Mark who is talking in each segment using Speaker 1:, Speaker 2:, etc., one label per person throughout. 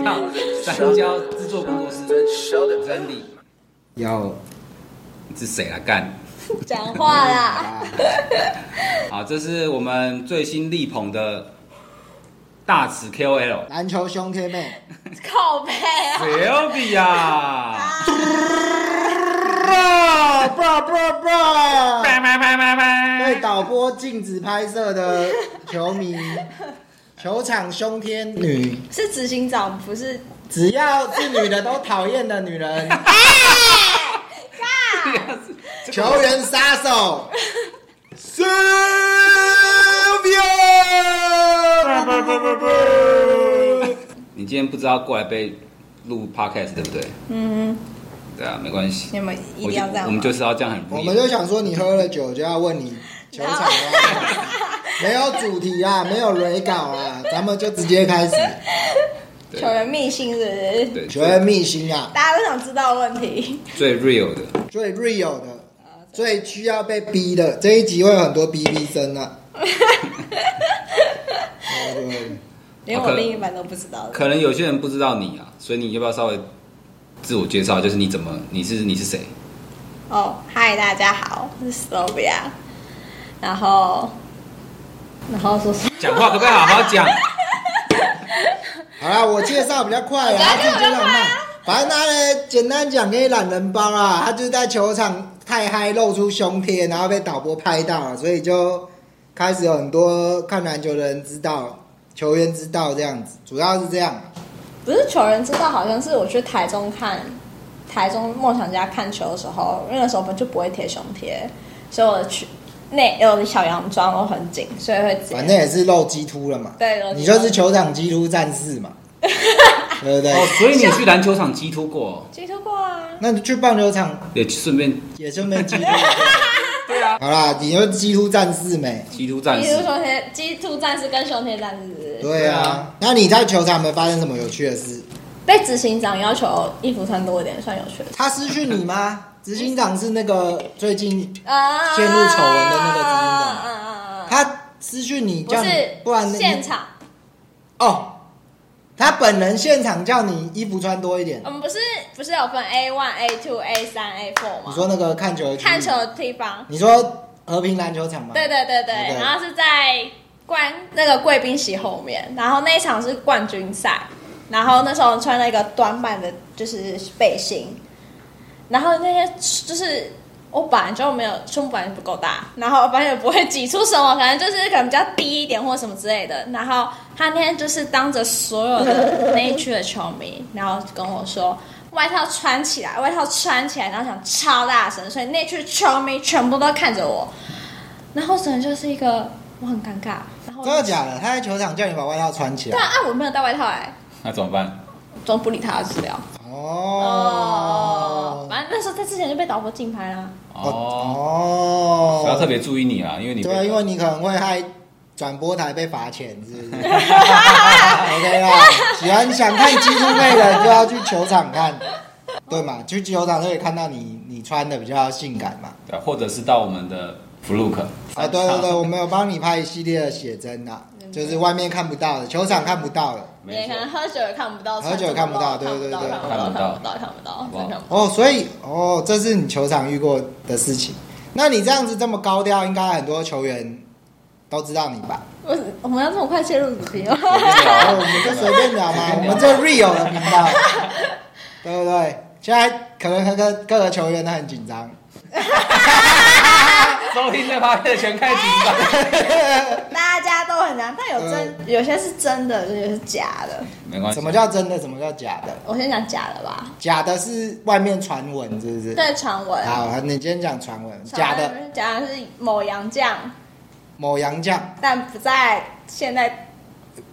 Speaker 1: 到三焦制作工作室，Randy 要是谁来干？
Speaker 2: 讲 话啦！
Speaker 1: 好，啊这是我们最新力捧的大尺 KOL
Speaker 3: 篮球兄 K 妹，
Speaker 2: 靠背啊！
Speaker 1: Sylvia。
Speaker 3: 啊，不不不，
Speaker 1: 拜拜拜拜
Speaker 3: 被
Speaker 1: 拜！
Speaker 3: 导播禁止拍摄的球迷，球场胸贴女，
Speaker 2: 是执行长，不是
Speaker 3: 只要是女的都讨厌的女人，球员杀手 s y l v i
Speaker 1: 你今天不知道过来被录 podcast 对不对？嗯，对啊，没关系
Speaker 2: 你，们一
Speaker 1: 我就
Speaker 2: 定要这样吗。
Speaker 1: 我们就是要这样很
Speaker 3: 我
Speaker 1: real
Speaker 3: 们就想说，你喝了酒就要问你球场啊， 没有主题啊，没有雷稿啊，咱们就直接开始
Speaker 1: 对
Speaker 2: 球员密信是不是？
Speaker 1: 对哦
Speaker 3: 球员秘辛啊，
Speaker 2: 大家都想知道问题。
Speaker 1: 最 real 的，
Speaker 3: 最 real 的，最需要被逼的，这一集会有很多逼逼声啊。哦对
Speaker 2: 连我另一半都不知道的。
Speaker 1: 可能有些人不知道你啊，所以你要不要稍微自我介绍？就是你怎么，你是你是谁？
Speaker 2: 哦，嗨，大家好，我是 Slovia，然后，然后说什么？
Speaker 1: 讲话可不可以好好讲？哦
Speaker 3: 好啦，我介绍比较快啦，啊他自己介绍很慢。反正他呢，简单讲可以懒人包啦，啊他就是在球场太嗨，露出胸贴，然后被导播拍到了，所以就开始有很多看篮球的人知道，球员知道这样子，主要是这样。
Speaker 2: 不是球员知道，好像是我去台中看台中梦想家看球的时候，那个时候我就不会贴胸贴，所以我的去内我的小洋装都很紧，所以会直接
Speaker 3: 反正也是露鸡突了嘛，
Speaker 2: 对露鸡突
Speaker 3: 你就是球场鸡突战士 嘛，对不对？
Speaker 1: 哦，所以你去篮球场击突过，
Speaker 2: 接触过啊。
Speaker 3: 那你去棒球场
Speaker 1: 也顺便
Speaker 3: 也顺便鸡突，对啊。好啦，你就鸡突战士没？
Speaker 1: 击突战
Speaker 2: 基
Speaker 1: 士
Speaker 2: 督。胸贴，基督战士跟胸贴战士
Speaker 3: 对
Speaker 1: 对
Speaker 3: 啊
Speaker 1: 啊。
Speaker 3: 那你在球场有没有发生什么有趣的事？
Speaker 2: 被执行长要求衣服穿多一点，算有趣的。
Speaker 3: 他失去你吗？执行长是那个最近
Speaker 2: 啊
Speaker 3: 陷入丑闻的那个执行长
Speaker 2: 啊啊啊啊！
Speaker 3: 他失去你
Speaker 2: 不
Speaker 3: 叫你
Speaker 2: 是，，
Speaker 3: 不然你
Speaker 2: 现场，
Speaker 3: 哦，他本人现场叫你衣服穿多一点
Speaker 2: 我。们不是不是有分 A one、A two、A 三、A four
Speaker 3: 你
Speaker 2: 吗？
Speaker 3: 说嗯那个看球的区域
Speaker 2: 看球，的地方，
Speaker 3: 你说和平篮球场吗？
Speaker 2: 对对对对，
Speaker 3: 对
Speaker 2: 然后是在冠那个贵宾席后面，然后那一场是冠军赛，然后那时候穿了一个短版的，就是背心，然后那些就是我本来就没有胸部本来就不够大，然后本来也不会挤出什么，反正就是可能比较低一点或什么之类的。然后他那天就是当着所有的那一区的球迷，然后跟我说。外套穿起来，外套穿起来，然后想超大声，所以那区球迷全部都看着我，然后整个就是一个我很尴尬，然后我就
Speaker 3: 真的假的？他在球场叫你把外套穿起
Speaker 2: 对
Speaker 3: 来。
Speaker 2: 啊，啊我没有带外套哎、
Speaker 1: 那怎么办？
Speaker 2: 总不理他的资料。哦，
Speaker 3: 哦。
Speaker 2: 反正那时候在之前就被导播禁拍啦。
Speaker 1: 哦，
Speaker 3: 哦
Speaker 1: 不要特别注意你啊啦，因为你
Speaker 3: 对，啊因为你可能会害转播台被罚钱，是不是 ？OK 啦，喜欢想看技术类的就要去球场看，对嘛？去球场就可以看到你你穿的比较性感嘛。
Speaker 1: 对，呃或者是到我们的 Fluke
Speaker 3: 啊，对对对，我们有帮你拍一系列的写真啦，就是外面看不到的，球场看不到的。
Speaker 2: 也
Speaker 1: 没
Speaker 2: 可
Speaker 1: 错
Speaker 2: 能喝酒也看不到，
Speaker 3: 喝酒也
Speaker 2: 穿
Speaker 3: 看不
Speaker 2: 什么
Speaker 3: 到
Speaker 2: 都看
Speaker 3: 对对
Speaker 2: 不
Speaker 3: 对
Speaker 2: 到，
Speaker 1: 看不
Speaker 2: 看
Speaker 1: 到
Speaker 2: 不到，看不到，
Speaker 1: 不好
Speaker 2: 真看不到。
Speaker 3: 哦，所以哦，这是你球场遇过的事情。那你这样子这么高调，应该很多球员都知道你吧？
Speaker 2: 我我们要这么快切入主题 吗？
Speaker 3: 然后我们就随便聊嘛，我们这 real 的频道， 对不对？现在可能各个各个球员都很紧张，
Speaker 1: 收听这趴的全开紧张。
Speaker 2: 大家都很难，但有
Speaker 3: 嗯
Speaker 2: 真有些是真的，有些是假的。
Speaker 1: 没关系，
Speaker 3: 什么叫真的，什么叫假的？
Speaker 2: 我先讲假的吧，
Speaker 3: 假的是外面传闻，是不是？
Speaker 2: 对传闻，
Speaker 3: 好，你今天讲传闻，
Speaker 2: 传
Speaker 3: 假
Speaker 2: 闻
Speaker 3: 的
Speaker 2: 假的是某洋将，
Speaker 3: 某洋将
Speaker 2: 但不在现在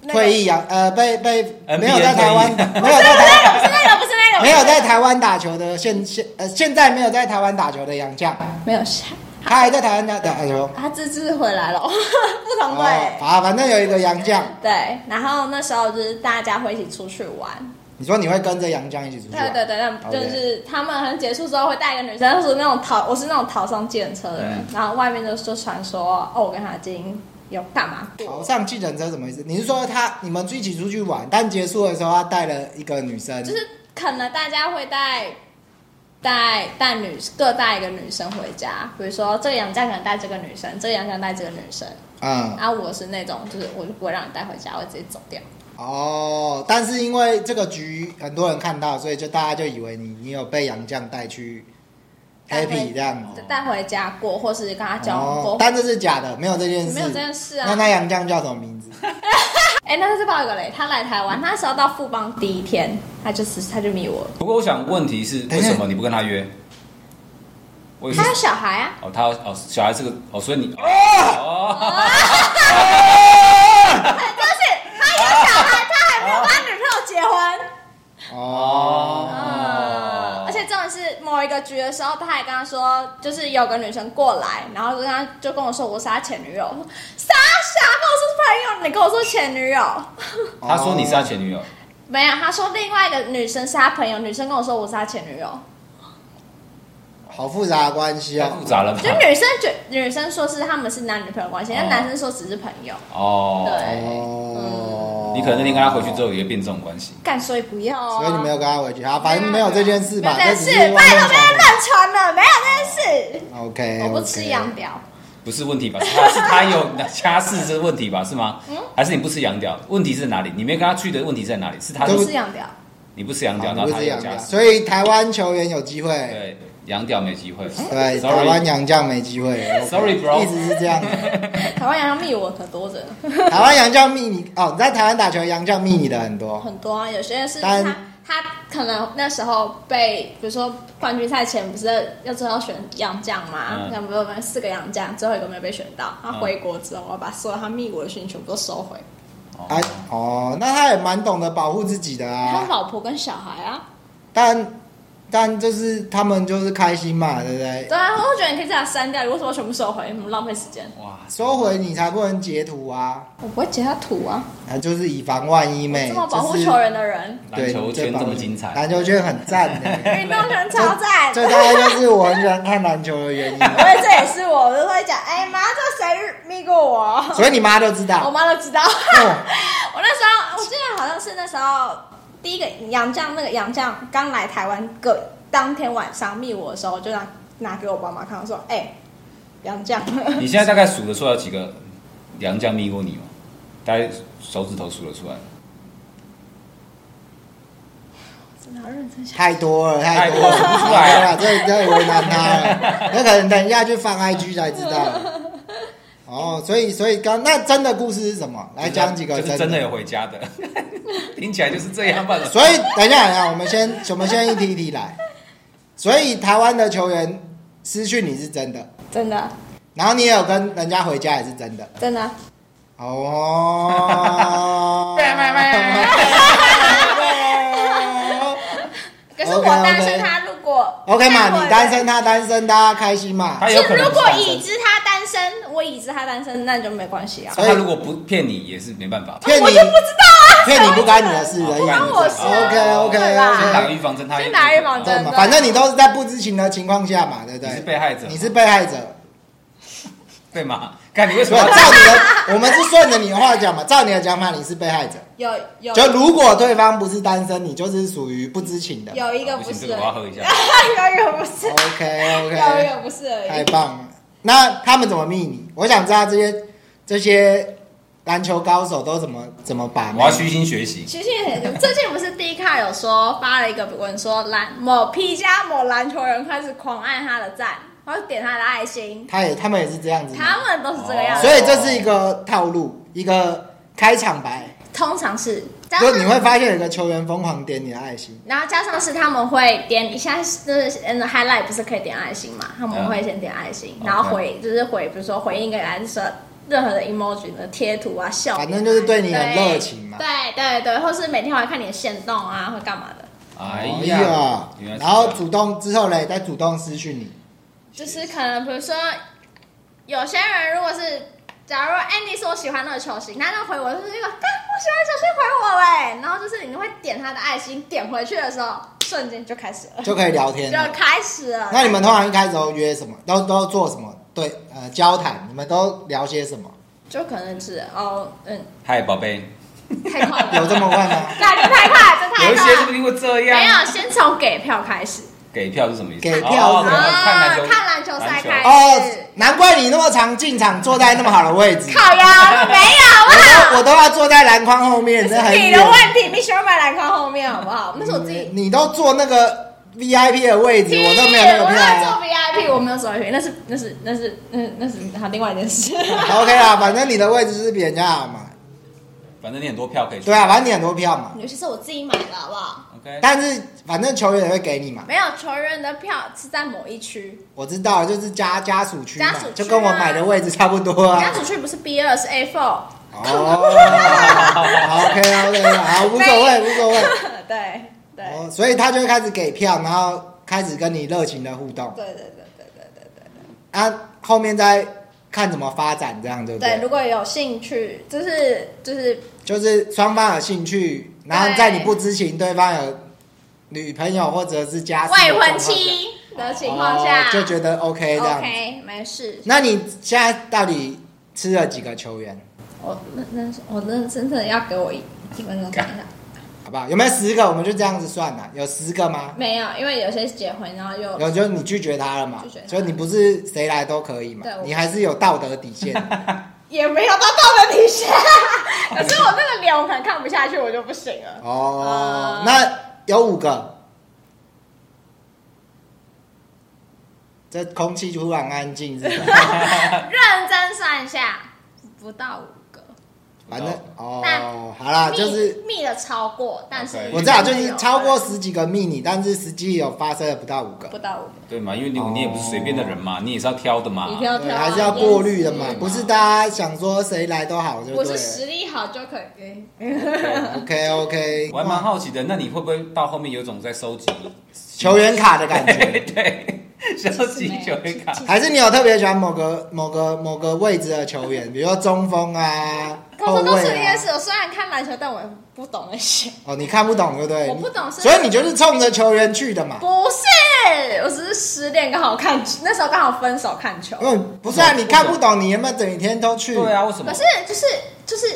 Speaker 2: 那个
Speaker 3: 退役洋，呃，被被
Speaker 1: NBA
Speaker 3: 没有在台湾
Speaker 1: 退役，
Speaker 3: 没有在台
Speaker 2: 不是那个，不是那个，
Speaker 3: 没有在台湾打球的现现呃现在没有在台湾打球的洋将，
Speaker 2: 没有下，
Speaker 3: 他还在台湾打打球。
Speaker 2: 他这次回来了， 不同队。
Speaker 3: 哦，好，反正有一个洋将，
Speaker 2: 对，然后那时候就是大家会一起出去玩，
Speaker 3: 你说你会跟着洋将一起出去
Speaker 2: 对
Speaker 3: 玩？啊
Speaker 2: 对对，那
Speaker 3: OK
Speaker 2: 就是他们好像结束之后会带一个女生，她是那种逃，我是那种逃上计程车的人，然后外面就就传说，哦，我跟他已经有干嘛
Speaker 3: 考
Speaker 2: 过？
Speaker 3: 上计程车什么意思？你是说他你们一起出去玩，但结束的时候他带了一个女生，
Speaker 2: 就是可能大家会带带带女各带一个女生回家，比如说这个杨绛可能带这个女生，这个杨绛带这个女生，
Speaker 3: 嗯
Speaker 2: 啊，我是那种就是我就不会让你带回家，我会直接走掉。
Speaker 3: 哦，但是因为这个局很多人看到，所以就大家就以为你你有被杨绛带去
Speaker 2: 带回
Speaker 3: happy 这样子
Speaker 2: 就带回家过，或是跟他交往
Speaker 3: 哦
Speaker 2: 过，，
Speaker 3: 但这是假的，没有这件事，
Speaker 2: 没有这件事
Speaker 3: 那
Speaker 2: 啊。
Speaker 3: 那杨绛叫什么名 字？
Speaker 2: 哎、那他是爆一个雷，他来台湾，他那时候到富邦第一天，他就是他就迷我了，
Speaker 1: 不过我想问题是，为什么你不跟他约？为什
Speaker 2: 他
Speaker 1: 么
Speaker 2: 有？小孩啊，
Speaker 1: 哦，他哦，小孩是个哦，所以你哦，
Speaker 2: 就是他有小孩，他还没有跟他女朋友结婚。
Speaker 1: 哦
Speaker 3: 哦
Speaker 2: 嗯，而且重点是某一个局的时候，他还跟他说，就是有个女生过来，然后就跟他就跟我说我是他前女友，我说傻傻，跟我说是朋友，你跟我说前女友，
Speaker 1: 他说你是他前
Speaker 3: 哦
Speaker 1: 女友，
Speaker 2: 没有，他说另外一个女生是他朋友，女生跟我说我是他前女友，
Speaker 3: 好复杂的关系
Speaker 1: 太
Speaker 3: 哦
Speaker 1: 复。杂了吧
Speaker 2: 就？女生觉女生说是他们是男女朋友关系，但
Speaker 1: 哦
Speaker 2: 男生说只是朋友，
Speaker 1: 哦，
Speaker 2: 对，
Speaker 3: 哦，
Speaker 1: 你可能那天跟他回去之后也变这种关系。
Speaker 2: 干所以不要啊，
Speaker 3: 所以你没有跟他回去啊，反正没有这件事吧？
Speaker 2: 没有
Speaker 3: 这
Speaker 2: 这
Speaker 3: 只
Speaker 2: 件
Speaker 3: 是
Speaker 2: 事，
Speaker 3: 外
Speaker 2: 拜
Speaker 3: 面
Speaker 2: 托不要
Speaker 3: 传
Speaker 2: 乱传了，没有这件事，
Speaker 3: 的。OK，
Speaker 2: 我不吃羊屌，
Speaker 1: 不是问题吧？是 他是他有家室这个问题吧？是吗？
Speaker 3: 嗯
Speaker 1: 还是你不吃羊屌？问题是哪里？你没跟他去的问题是在哪里？是他
Speaker 2: 我
Speaker 1: 说
Speaker 2: 不
Speaker 3: 对
Speaker 2: 吃羊屌，
Speaker 1: 你不吃羊屌，
Speaker 3: 好
Speaker 1: 然
Speaker 3: 你
Speaker 1: 后他
Speaker 3: 哦不吃
Speaker 1: 有
Speaker 3: 羊
Speaker 1: 家
Speaker 3: 屌，
Speaker 1: 室。
Speaker 3: 所以台湾球员有机会，
Speaker 1: 对，羊屌没机会。Sorry
Speaker 3: 对，台湾洋将没机会
Speaker 1: Sorry, bro
Speaker 3: 一直是这样的。
Speaker 2: 台湾羊肉蜜我可多着。
Speaker 3: 台湾洋将密你哦，你在台湾打球，洋将密你的很多。
Speaker 2: 很多啊，有些是
Speaker 3: 但
Speaker 2: 他他可能那时候被，比如说冠军赛前不是要最后选洋将嘛
Speaker 1: 嗯，
Speaker 2: 那不是我们四个洋将，最后一个没有被选到，他回国之后，我要把所有他密我的讯全部都收回，
Speaker 3: 哎
Speaker 1: 哦，
Speaker 3: 哦，那他也蛮懂得保护自己的
Speaker 2: 他
Speaker 3: 啊。
Speaker 2: 老婆跟小孩啊，
Speaker 3: 但但就是他们就是开心嘛，对不对？
Speaker 2: 对啊，我觉得你可以这样删掉，你为什么全部收回？你浪费时间，
Speaker 1: 哇，
Speaker 3: 收回你才不能截图啊，
Speaker 2: 我不会截他图啊，
Speaker 3: 啊，就是以防万一妹。
Speaker 2: 这么保
Speaker 3: 哎
Speaker 2: 护
Speaker 3: 就是
Speaker 2: 球员 的人，
Speaker 1: 篮球圈这么精
Speaker 3: 篮
Speaker 1: 彩，
Speaker 3: 球圈很赞的。
Speaker 2: 运动员超赞。
Speaker 3: 这大概就是我很喜欢看篮球的原因。
Speaker 2: 我也这也是我，我就会讲，哎、妈，这谁日密过我？
Speaker 3: 所以你妈都知
Speaker 2: 我
Speaker 3: 道，
Speaker 2: 妈都知道。
Speaker 3: 哦
Speaker 2: 我那时候，我记得好像是那时候第一个杨绛，那个杨绛刚来台湾个当天晚上密我的时候，我就拿拿给我爸妈看，我说：“哎、杨绛，
Speaker 1: 你现在大概数得出来有几个羊将咪过你吗？大概手指头数得出来，
Speaker 2: 真的要认真想。
Speaker 3: 太多了，太多
Speaker 1: 太多哎数不
Speaker 3: 了，
Speaker 1: 出来啊
Speaker 3: 了，这这为难他了。那可能等一下去放 IG 才知 道。哦，所以所以刚那真的故事是什么？来讲几个
Speaker 1: 就是真的有。回家的， 听起来就是这样吧？
Speaker 3: 所以等一下，等一下，我们先我们先一题一题来。所以台湾的球员失去你是真的，”
Speaker 2: 真的，
Speaker 3: 然后你也有跟人家回家也是真的。
Speaker 2: 真的，
Speaker 3: 哦，
Speaker 1: 拜拜 拜
Speaker 2: 可是我单身他，如果
Speaker 3: 啊 OK 嘛，
Speaker 2: 但我
Speaker 3: 你单身，他单身，大家开心嘛。
Speaker 1: 他有可
Speaker 2: 是
Speaker 1: 能
Speaker 2: 如
Speaker 1: 是
Speaker 2: 果
Speaker 1: 单身
Speaker 2: 已知他单身，我已知他单身，那就没关系啊。
Speaker 1: 他如果不骗你也是没办法。
Speaker 3: 骗
Speaker 2: 我
Speaker 3: 你
Speaker 2: 就不知道 啊，
Speaker 3: 骗你不干你的事而已。
Speaker 1: 不干你的事
Speaker 3: 哦 OK，OK，
Speaker 2: 对吧
Speaker 3: OK，
Speaker 1: 先打预防针，他
Speaker 2: 先打预防针
Speaker 3: 对嘛，反正你都是在不知情的情况下嘛，对不对？
Speaker 1: 你是被害者
Speaker 3: 你是被害者。
Speaker 1: 对吗？看你为什
Speaker 3: 不
Speaker 1: 么
Speaker 3: 是
Speaker 1: 要
Speaker 3: 照你的，我们是顺着你的话讲嘛，照你的讲法，你是被害者。
Speaker 2: 有有
Speaker 3: 就如果对方不是单身，你就是属于不知情的。
Speaker 2: 有一个
Speaker 1: 不
Speaker 2: 不
Speaker 1: 行，
Speaker 2: 是
Speaker 1: 这
Speaker 2: 而
Speaker 1: 个我要喝一下。
Speaker 2: 已， 有一个不是，
Speaker 3: 哦 OK
Speaker 2: 有一
Speaker 3: OK，
Speaker 2: 个不是而
Speaker 3: 太
Speaker 2: 已。
Speaker 3: 棒了。那他们怎么密你？我想知道这些这些篮球高手都怎么怎么把
Speaker 1: 我要
Speaker 3: 妹。
Speaker 1: 虚心学习。
Speaker 2: 其实也最近不是 D 卡有说发了一个文说篮某 P 加某篮球人开始狂按他的赞，然后点他的爱心，
Speaker 3: 他也他们也是这样子吗，
Speaker 2: 他们都是这个样
Speaker 1: 哦
Speaker 2: 子，
Speaker 3: 所以这是一个套路，一个开场白。
Speaker 2: 通常是，加
Speaker 3: 就你
Speaker 2: 上
Speaker 3: 会发现有个球员疯狂点你的爱心，
Speaker 2: 然后加上是他们会点一下，就是嗯 highlight 不是可以点爱心嘛，他们会先点爱心，
Speaker 1: 嗯
Speaker 2: 然后回就是回，比如说回应给人家任何的 emoji 的贴图啊笑脸啊，
Speaker 3: 反正就是对你很热情嘛
Speaker 2: 对对对，或是每天会看你的线动啊，会干嘛的。
Speaker 1: 哎
Speaker 3: 呀
Speaker 1: 呀，原来是这样
Speaker 3: 然后主动之后嘞，再主动失去 你，
Speaker 2: 就是可能比如说，有些人如果是，假如 Andy 说我喜欢那个球星，他就回我就是一个，干我喜欢球星回我嘞，然后就是你会点他的爱心，点回去的时候，瞬间就开始了，
Speaker 3: 就可以聊天了
Speaker 2: 就。开始了。
Speaker 3: 那你 们通常一开始都约什么？都都做什么？对，呃，交谈，你们都聊些什么？
Speaker 2: 就可能是哦，嗯，
Speaker 1: 嗨，宝贝，
Speaker 2: 哦太快了，
Speaker 3: 有这么快吗？
Speaker 2: 那就太快，这
Speaker 1: 有
Speaker 2: 太快了。
Speaker 1: 一些是不是因为这
Speaker 2: 没
Speaker 1: 样？
Speaker 2: 有，先从给票开始
Speaker 1: 给票是什么意思？
Speaker 3: 给票
Speaker 1: 哦
Speaker 3: 是
Speaker 1: 看
Speaker 3: 什么
Speaker 1: 篮看篮球，
Speaker 2: 看篮球赛开始，
Speaker 3: 哦，难怪你那么常进场，坐在那么好的位 置。
Speaker 2: 靠呀，没
Speaker 3: 我
Speaker 2: 有好不
Speaker 3: 都我都要坐在篮筐后 面，真的
Speaker 2: 好？
Speaker 3: 很
Speaker 2: 你
Speaker 3: 远
Speaker 2: 的。问题，你喜欢买篮筐后面好不好？那是我自己。
Speaker 3: 你都坐那个 VIP 的位置，我都没有那个
Speaker 2: 我
Speaker 3: 票
Speaker 2: 要
Speaker 3: 啊。
Speaker 2: 做 VIP，我没有做 VIP，那是那是那是那是那是好另外一件事。
Speaker 3: OK 啦，反正你的位置是比人家好嘛。
Speaker 1: 反正你很多票可以去
Speaker 3: 对。啊，反正你很多票嘛，
Speaker 2: 尤其是我自己买的好不好？
Speaker 1: OK，
Speaker 3: 但是反正球员也会给你嘛。
Speaker 2: 没有球员的票是在某一区，
Speaker 3: 我知道，就是家家属区嘛
Speaker 2: 家属区啊，
Speaker 3: 就跟我买的位置差不多啊
Speaker 2: 家。属啊区不是 B 二是 A four，
Speaker 3: 哦 ，OK OK，好，无所谓，无所谓。
Speaker 2: 对对
Speaker 3: 哦，所以他就会开始给票，然后开始跟你热情的互动
Speaker 2: 对对对对对对对。
Speaker 3: 啊，后面再看怎么发展，这样对不
Speaker 2: 对，如果有兴趣，就是就是
Speaker 3: 就是双方有兴趣，然后
Speaker 2: 对
Speaker 3: 在你不知情对方有女朋友或者是家属的
Speaker 2: 未
Speaker 3: 状
Speaker 2: 婚
Speaker 3: 况下
Speaker 2: 妻的情况下，
Speaker 3: 哦就觉得 OK 这样子。
Speaker 2: OK 没事。
Speaker 3: 那你现在到底吃了几个球员？
Speaker 2: 我那那是我那真的要给我一一分钟想一下，
Speaker 3: 好不好？有没有十个？我们就这样子算了。有十个吗？
Speaker 2: 没有，因为有些是结婚，然后又
Speaker 3: 有，就是你拒绝他了嘛
Speaker 2: 拒绝，他
Speaker 3: 所以你不是谁来都可以嘛
Speaker 2: 对我，
Speaker 3: 你还是有道德底线 的。
Speaker 2: 也没有到道德底线。可是我那个脸，我可能看不下去，我就不行了。
Speaker 3: 哦
Speaker 2: 呃，
Speaker 3: 那有五个。这空气突然安静，是 吧？
Speaker 2: 认真算一下，不到五个，
Speaker 3: 反正
Speaker 2: 但
Speaker 3: 哦，好啦，
Speaker 2: 密
Speaker 3: 就是
Speaker 2: 密的超过，但是
Speaker 1: OK
Speaker 3: 我知道，就是超过十几个迷你，但是实际有发生了不到五个
Speaker 2: 不，到五
Speaker 1: 对嘛，因为你你也不是随便的人
Speaker 3: 哦
Speaker 1: 嘛，你也是要挑的嘛
Speaker 2: 个，一。定要
Speaker 3: 啊
Speaker 2: 啊
Speaker 3: 对，
Speaker 2: 挑，
Speaker 3: 还是要过滤的嘛
Speaker 1: 也，是
Speaker 3: 不是大家想说谁来都好，就
Speaker 2: 我
Speaker 3: 对
Speaker 2: 是
Speaker 3: 了。
Speaker 2: 实力好就可以。
Speaker 3: OK OK，
Speaker 1: 我还蛮好奇的，那你会不会到后面有种在收集
Speaker 3: 球员卡的感觉，
Speaker 1: 对 对，收集球员卡，
Speaker 3: 还是你有特别喜欢某个某个某个位置的球员，比如说中锋啊、
Speaker 2: 可
Speaker 3: 后
Speaker 2: 是都是
Speaker 3: 卫
Speaker 2: 一件
Speaker 3: 啊？
Speaker 2: 事，我虽然看篮球，但我不懂那些。
Speaker 3: 哦，你看不懂对不对？
Speaker 2: 我不懂是
Speaker 3: 所以你就是冲着球员去的嘛。
Speaker 2: 不是，我只是失恋，刚好看那时候刚好分手看球。
Speaker 3: 嗯，不是啊，
Speaker 1: 不懂
Speaker 3: 你看不懂，你有没有整天都去？
Speaker 1: 对啊，为什么
Speaker 2: 可？是就是就是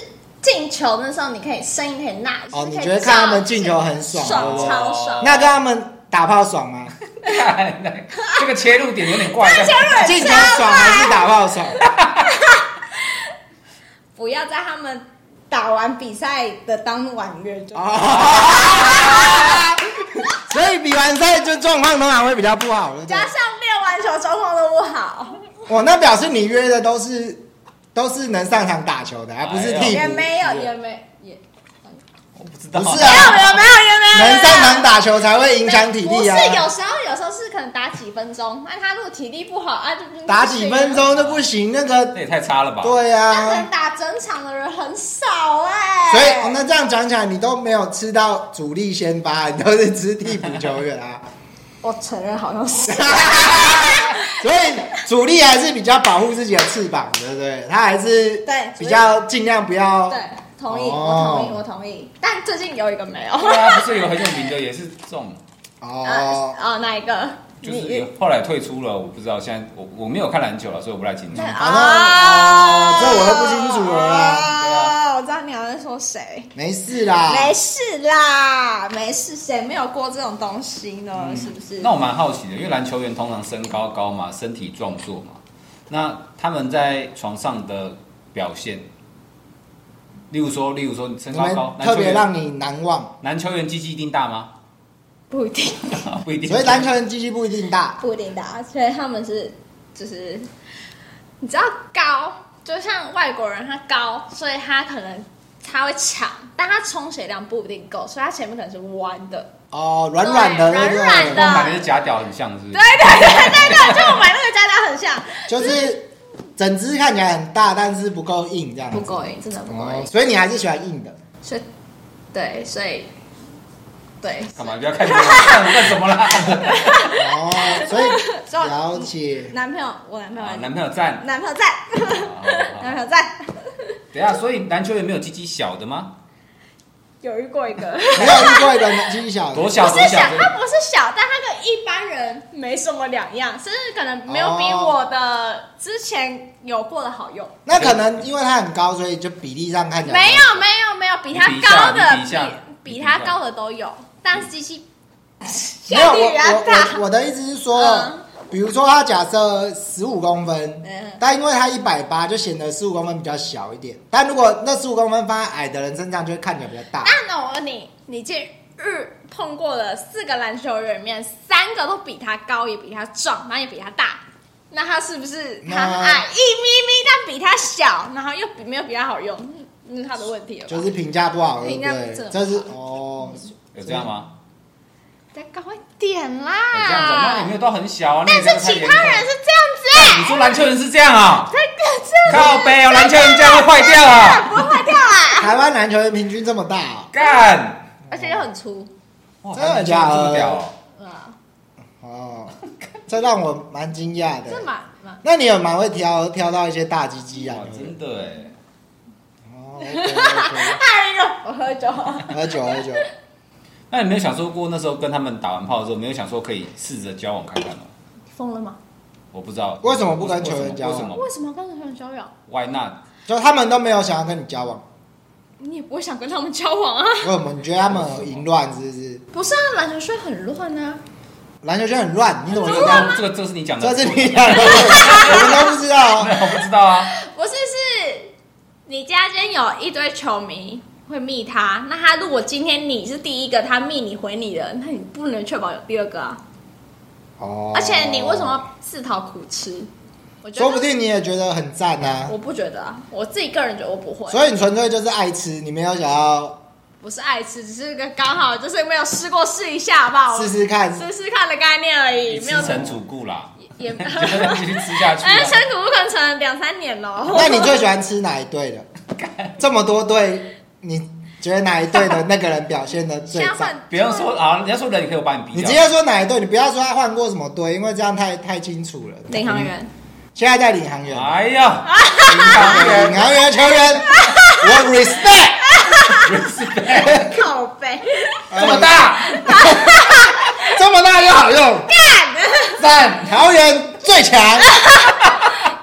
Speaker 2: 进球那时候，你可以声音可以呐，
Speaker 3: 哦
Speaker 2: 就是可以
Speaker 3: 你觉得看他们进球很爽
Speaker 2: 爽
Speaker 1: 对不对
Speaker 2: 超爽。
Speaker 3: 那跟他们打炮爽 吗？
Speaker 1: 看那 这个切入点有点怪，
Speaker 3: 进球爽还是打炮爽？
Speaker 2: 不要在他们打完比赛的当晚约就。
Speaker 3: 哦所以比完赛就状况通常会比较不好，对不对
Speaker 2: 加？上练完球状况都不 好，
Speaker 3: 哦，那表示你约的都是都是能上场打球的，而不是
Speaker 1: 哎呦
Speaker 3: 替补。
Speaker 2: 也没有，也没也
Speaker 1: 我不知道。
Speaker 3: 不是
Speaker 2: 没有，
Speaker 3: 啊，
Speaker 2: 也没有，也没有。
Speaker 3: 能上场打球才会影响体力啊
Speaker 2: 不。是，有时候有时候是可能打几分钟，那他如果体力不好啊，就就
Speaker 3: 打几分钟啊就不行，那个
Speaker 1: 那也太差了吧？
Speaker 3: 对啊
Speaker 2: 但
Speaker 3: 呀、
Speaker 2: 能打整场的人很少哎、
Speaker 3: 所以、哦那这样讲起来，你都没有吃到主力先发，你都是吃替补球员啊。
Speaker 2: 我承认好像是
Speaker 3: 所以主力还是比较保护自己的翅膀，对不对？他还是
Speaker 2: 对
Speaker 3: 比较尽量不要
Speaker 2: 对，同意，
Speaker 3: 哦
Speaker 2: 我同意，我同意。但最近有一个没有，
Speaker 1: 对啊，不是有很有名的也是这种，
Speaker 3: 哦
Speaker 2: 哦。哦，哪一个？
Speaker 1: 就
Speaker 2: 你
Speaker 1: 是嗯有后来退出了，我不知道现在我我没有看篮球了，所以我不太清楚。
Speaker 3: 反正哦这啊我都不清楚了啦啊
Speaker 1: 对啊
Speaker 2: 啊哦，我知道你好像在说谁。
Speaker 3: 没事啦，
Speaker 2: 没事啦，没事，谁没有过这种东西呢？
Speaker 3: 嗯
Speaker 2: 是不是？
Speaker 1: 那我蛮好奇的，因为篮球员通常身高高嘛，身体壮硕嘛，那他们在床上的表现，例如说，例如说你身
Speaker 3: 你
Speaker 1: 高
Speaker 3: 们
Speaker 1: 高，
Speaker 3: 特别
Speaker 1: 篮球员
Speaker 3: 让你难忘，
Speaker 1: 篮球员鸡鸡一定大吗？
Speaker 2: 不一定，
Speaker 1: 不一定。
Speaker 3: 所 以篮球人机器不一定大。
Speaker 2: 不一定的啊，所以他们是就是，你知道高，就像外国人他高，所以他可能他会抢，但他充血量不一定够，所以他前面可能是弯的。
Speaker 3: 哦，软软的，
Speaker 2: 对
Speaker 3: 对不对
Speaker 2: 软软
Speaker 1: 跟
Speaker 2: 的
Speaker 1: 买那些假屌很像，是不是
Speaker 2: 对？对对对对，就我买那个家家很像，
Speaker 3: 就是整只看起来很大，但是不够硬这样子。
Speaker 2: 不够硬，真的不够
Speaker 3: 哦
Speaker 2: 硬，。
Speaker 1: 欸
Speaker 3: 所以你还是喜欢硬的。
Speaker 2: 所以对，所以对，
Speaker 1: 干嘛？不要看这个， 看我干什么啦？
Speaker 3: 哦， 所以
Speaker 2: 所以
Speaker 3: 了解。
Speaker 2: 男朋友，我男朋
Speaker 1: 啊
Speaker 2: 友，
Speaker 1: 男朋友赞。
Speaker 2: 男朋友在，
Speaker 1: 好好好
Speaker 2: 男朋友在。
Speaker 1: 等一下，所以篮球员没有鸡鸡小的吗？
Speaker 2: 有遇过一个，
Speaker 3: 没有遇过一个年纪小
Speaker 1: 多
Speaker 3: 的，
Speaker 1: 小
Speaker 2: 不
Speaker 1: 多
Speaker 2: 是小，
Speaker 1: 小，
Speaker 2: 他不是小，但他跟一般人没什么两样，甚至可能没有比
Speaker 3: 哦
Speaker 2: 我的之前有过的好用。
Speaker 3: 那可能因为他很高，所以就比例上看起来
Speaker 2: 没有没有没有，比他
Speaker 1: 你比一下
Speaker 2: 高的
Speaker 1: 你比一下
Speaker 2: 比
Speaker 1: 你比一下
Speaker 2: 他高的都有，但是机器
Speaker 3: 没有
Speaker 2: 效率比较
Speaker 3: 我我我
Speaker 2: 大。
Speaker 3: 我的意思是说
Speaker 2: 嗯，
Speaker 3: 比如说他假设十五公分
Speaker 2: 嗯，
Speaker 3: 但因为他一百八，就显得十五公分比较小一点。但如果那十五公分放在矮的人身上，就会看起来比较大。
Speaker 2: 那那我问你，你这日碰过的四个篮球人里面，三个都比他高，也比他壮，然后也比他大。那他是不是他
Speaker 3: 那
Speaker 2: 矮一咪咪，但比他小，然后又比没有比他好用，那是他的问题了吧？
Speaker 3: 就是评价不好，对不
Speaker 2: 评价不
Speaker 3: 对
Speaker 2: 正？
Speaker 3: 这是哦，
Speaker 1: 有这样吗？
Speaker 2: 再高一点
Speaker 1: 有这样子，那也
Speaker 2: 啦
Speaker 1: 没。有到很小啊。那
Speaker 2: 但
Speaker 1: 也不要太
Speaker 2: 是其
Speaker 1: 严格
Speaker 2: 他人是这样子、
Speaker 1: 你
Speaker 2: 欸，
Speaker 1: 说篮球人是这样啊？
Speaker 2: 这
Speaker 1: 靠背哦，篮球人这样会坏掉啊！
Speaker 2: 不会坏掉啊，
Speaker 3: 台湾篮球人平均这么大哦，
Speaker 1: 干！
Speaker 2: 而且又很粗，
Speaker 1: 哇，
Speaker 3: 真的
Speaker 1: 篮球人这么屌哦！
Speaker 2: 啊，
Speaker 3: 哦，这让我蛮惊讶的
Speaker 2: 这。蛮蛮
Speaker 3: 那你有蛮会挑挑到一些大鸡鸡啊
Speaker 1: 哇，？真的哎，
Speaker 3: 哦，OK，OK，
Speaker 2: 太热，我喝酒。啊
Speaker 3: 喝酒喝酒，
Speaker 1: 哎那你没有享受过那时候跟他们打完炮之后，没有想说可以试着交往看看吗？
Speaker 2: 疯了吗？
Speaker 1: 我不知道
Speaker 3: 为什么不跟球员交往
Speaker 1: 为什么
Speaker 2: 为什么要跟这种人交友？
Speaker 1: ？Why not？
Speaker 3: 就他们都没有想要跟你交往，
Speaker 2: 你也不会想跟他们交往啊？
Speaker 3: 为什么？你觉得他们很淫乱是不是？
Speaker 2: 不是啊，篮球圈很乱啊。
Speaker 3: 篮球圈很乱，你怎么
Speaker 1: 这
Speaker 3: 知
Speaker 1: 个
Speaker 3: 道？
Speaker 1: 这个这是你讲的，
Speaker 3: 这是你讲的， 我们都不知道。
Speaker 1: 我不知道啊。
Speaker 2: 不是，是你家间有一堆球迷会密他，那他如果今天你是第一个，他密你回你的，那你不能确保有第二个啊。
Speaker 3: 哦
Speaker 2: 而且你为什么？要自讨苦吃？我觉
Speaker 3: 说
Speaker 2: 得
Speaker 3: 不定你也觉得很赞啊，
Speaker 2: 我不觉得啊，我自己个人觉得我不会，
Speaker 3: 所以你纯粹就是爱吃，你没有想要
Speaker 2: 不是爱吃，只是个刚好就是没有试过试一下，好不好？
Speaker 3: 试试看。
Speaker 2: 试试看的概念而已，没有
Speaker 1: 吃成主顾啦，
Speaker 2: 也。
Speaker 1: 就这样继续吃下去
Speaker 2: 哎，
Speaker 1: 啊。
Speaker 2: 成股不可能成两三年喽。
Speaker 3: 那你最喜欢吃哪一队的？ 这么多队，你觉得哪一队的那个人表现的最
Speaker 2: 相
Speaker 3: 赞？
Speaker 2: 反，
Speaker 1: 不用说啊，人家说人也可以我把你
Speaker 3: 你
Speaker 1: 逼
Speaker 3: 直
Speaker 1: 掉。
Speaker 3: 接说哪一队，你不要说他换过什么队，因为这样太太清楚了。
Speaker 2: 领航员，
Speaker 3: 现在在领航员，
Speaker 1: 哎呀，领导
Speaker 3: 领
Speaker 1: 人
Speaker 3: 航员球 员，我 respect
Speaker 2: 靠背，
Speaker 1: 这么大，
Speaker 3: 哎这么大就好用，赞！桃园最强，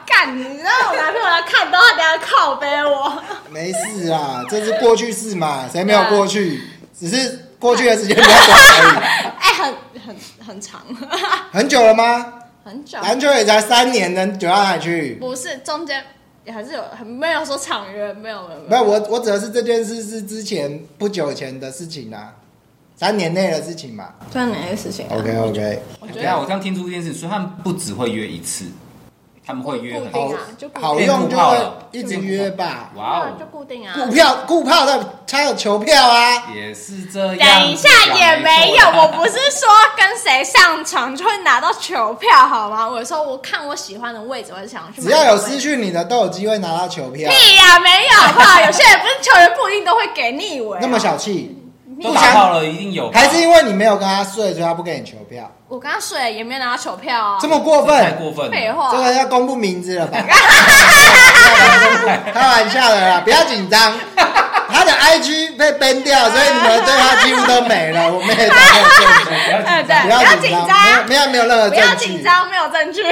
Speaker 2: 干！你知道我男朋友来看到他等下靠背我，
Speaker 3: 没事啊，这是过去式嘛，谁没有过去？只是过去的时间比较短而
Speaker 2: 哎，很很很长，
Speaker 3: 已。很久了吗？
Speaker 2: 很久，
Speaker 3: 篮球也才三年，能久到哪里去？
Speaker 2: 不是中间也还是有，很没有说长约，没有没有没
Speaker 3: 呃没
Speaker 2: 有，
Speaker 3: 有，我我指的是这件事是之前不久前的事情啦、三年内的事情嘛。
Speaker 2: 算哪些事情
Speaker 3: OK，
Speaker 2: 我
Speaker 1: 等
Speaker 2: 觉
Speaker 1: 一下
Speaker 2: 得
Speaker 1: 啊我刚听出一件事，说他们不只会约一次，他们会约
Speaker 2: 固
Speaker 1: 很
Speaker 2: 定
Speaker 1: 多。
Speaker 2: 啊，就固
Speaker 3: 好
Speaker 2: 定，
Speaker 3: 用就会一直约吧。
Speaker 1: 哇
Speaker 2: 就
Speaker 1: 哦，
Speaker 2: 固定啊。
Speaker 3: 股票股票的，它有球票啊，
Speaker 1: 也是这样。
Speaker 2: 等一下也没有，我不
Speaker 1: 是。
Speaker 2: 是说跟谁上床就会拿到球票好吗？我说我看我喜欢的位置，我就想去买
Speaker 3: 只
Speaker 2: 那个位置。
Speaker 3: 要有失去你的都有机会拿到球票。
Speaker 2: 屁呀、没有好不好？有些人不是球员不一定啊都会给你以为、
Speaker 3: 那么，小气，
Speaker 1: 啊都打炮了，一定有吧。
Speaker 3: 还是因为你没有跟他睡，所以他不给你球票，
Speaker 2: 我刚刚睡了也没有拿到球票啊，
Speaker 3: 这么过
Speaker 1: 啊太
Speaker 3: 分？
Speaker 1: 过分
Speaker 2: 废
Speaker 1: 了。
Speaker 2: 话。
Speaker 3: 这个要公布名字了 吧？开玩笑的啦，不要紧张。他的 IG 被 ban 掉，所以你们对他几乎都没了。我们 也打没有证据，
Speaker 1: 不要紧张
Speaker 2: 哎 对
Speaker 3: 不要紧
Speaker 2: 紧
Speaker 3: 张，
Speaker 2: 张
Speaker 3: 没有没有没有任何
Speaker 2: 不要
Speaker 3: 证
Speaker 2: 紧
Speaker 3: 据。
Speaker 2: 张，没有 证据。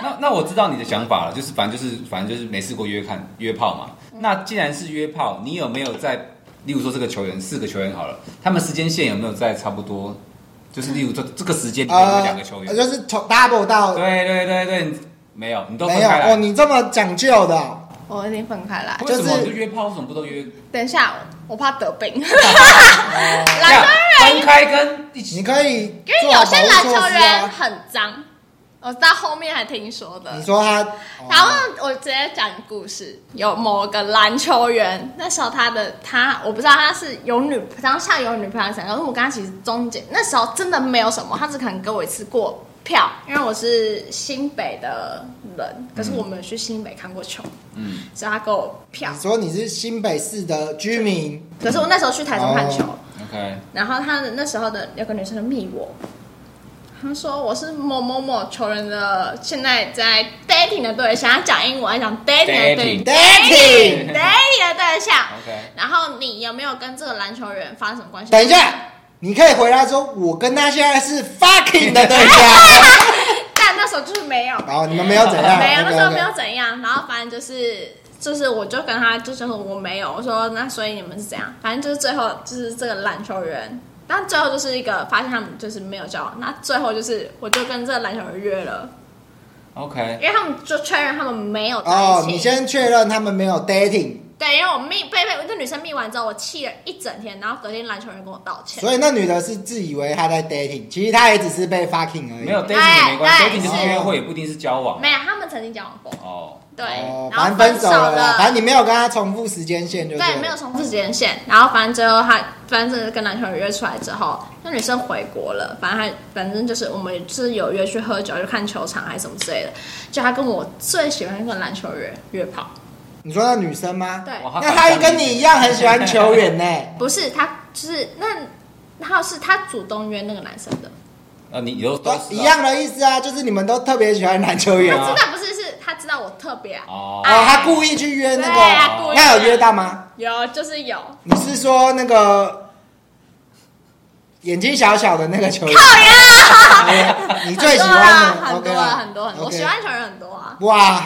Speaker 1: 那那我知道你的想法了，就是反正就是反正就是没试过约看约炮嘛。
Speaker 2: 嗯
Speaker 1: 那既然是约炮，你有没有在，例如说这个球员四个球员好了，他们时间线有没有在差不多？就是例如
Speaker 2: 嗯
Speaker 1: 这这个时间里面有没有两个球员？
Speaker 3: 啊呃就是从 double 到
Speaker 1: 对对对对，没有，你都分
Speaker 3: 没有
Speaker 1: 开来。
Speaker 3: 哦，你这么讲究的哦，
Speaker 2: 我已经分开来，
Speaker 1: 为什么
Speaker 3: 就是
Speaker 1: 就约炮？为什么不都约？
Speaker 2: 等一下，我怕得病。
Speaker 3: 哦
Speaker 1: 这
Speaker 2: 篮
Speaker 1: 样
Speaker 2: 球
Speaker 1: 分开跟一起
Speaker 3: 你可以
Speaker 2: 因为
Speaker 3: 做好
Speaker 2: 有
Speaker 3: 保
Speaker 2: 些
Speaker 3: 护
Speaker 2: 篮
Speaker 3: 措
Speaker 2: 球
Speaker 3: 施
Speaker 2: 员
Speaker 3: 啊。
Speaker 2: 很脏，我到后面还听说的
Speaker 3: 你。说他，哦
Speaker 2: 然后我直接讲故事，有某个篮球员，那时候他的他，我不知道他是有女，当下有女朋友还是怎样，因为我跟他其实中间那时候真的没有什么，他只可能给我一次过票，因为我是新北的人，可是我没有去新北看过球，
Speaker 1: 嗯，
Speaker 2: 所以他给我票
Speaker 3: 你。说你是新北市的居民，
Speaker 2: 可是我那时候去台中看球，
Speaker 3: 哦
Speaker 1: OK，
Speaker 2: 然后他的那时候的有个女生就密我，她说我是某某某球员的，现在在 d a dating 的对象，要讲英文，要讲 dating 的对
Speaker 1: Dating
Speaker 2: dating dating 的对象。
Speaker 1: OK，
Speaker 2: 然后你有没有跟这个篮球人发生什么关系？
Speaker 3: 等一下，你可以回答说，我跟他现在是 fucking 的对 象。
Speaker 2: 但那时候就是没有，
Speaker 3: 好，你们没有怎样？
Speaker 2: 没有，那时候
Speaker 3: OK，OK
Speaker 2: 没有怎样。然后反正就是就是，我就跟他就是我没有，我说那所以你们是怎样？反正就是最后就是这个篮球人，但最后就是一个发现他们就是没有交往。那最后就是我就跟这个篮球人约了，
Speaker 1: OK，
Speaker 2: 因为他们就确认他们没有在
Speaker 3: 哎哦，你
Speaker 2: 一起。
Speaker 3: 先确认他们没有 dating，
Speaker 2: 对，因为我密被被这女生密完之后，我气了一整天，然后隔天篮球人跟我道歉。
Speaker 3: 所以那女的是自以为她在 dating，其实她也只是被 fucking 而已。
Speaker 1: 没有 dating 也没关系
Speaker 2: 哎
Speaker 1: ，dating 就是约会，也不一定是交往。
Speaker 2: 没有，他们曾经交往过，
Speaker 1: 哦，
Speaker 2: 对，
Speaker 3: 哦，
Speaker 2: 然
Speaker 3: 反正
Speaker 2: 后
Speaker 3: 分
Speaker 2: 手
Speaker 3: 手了啦，反正你没有跟她重复时间线就
Speaker 2: 对，没有重复时间线。然后反正最后他，反正跟男朋友约出来之后，那女生回国了。反正他，反正就是我们是有约去喝酒，就看球场还是什么之类的。就他跟我最喜欢那个篮球员约炮，
Speaker 3: 你说那女生吗？
Speaker 2: 对，
Speaker 1: 哇
Speaker 3: 那她也跟你一样很喜欢球 员呢、
Speaker 2: 不是他，就是那，然后是他主动约那个男生的。
Speaker 1: 呃，你你都都
Speaker 3: 都
Speaker 1: 知道
Speaker 3: 一样的意思啊，就是你们都特别喜欢篮球员
Speaker 1: 啊
Speaker 2: 他知道不是，是他知道我特别、啊、
Speaker 1: 哦
Speaker 3: 哦，她故意去约那
Speaker 2: 对啊
Speaker 3: 个，
Speaker 2: 故意
Speaker 3: 那有约到吗？
Speaker 2: 有，就是有。
Speaker 3: 你是说那个眼睛小小的那个球员？
Speaker 1: 啊 哎
Speaker 3: 你最喜欢的
Speaker 2: 很多
Speaker 3: OK 啊
Speaker 2: 啊，很多啊很多很多，我
Speaker 3: OK
Speaker 2: 喜欢球员很多啊。
Speaker 3: 哇，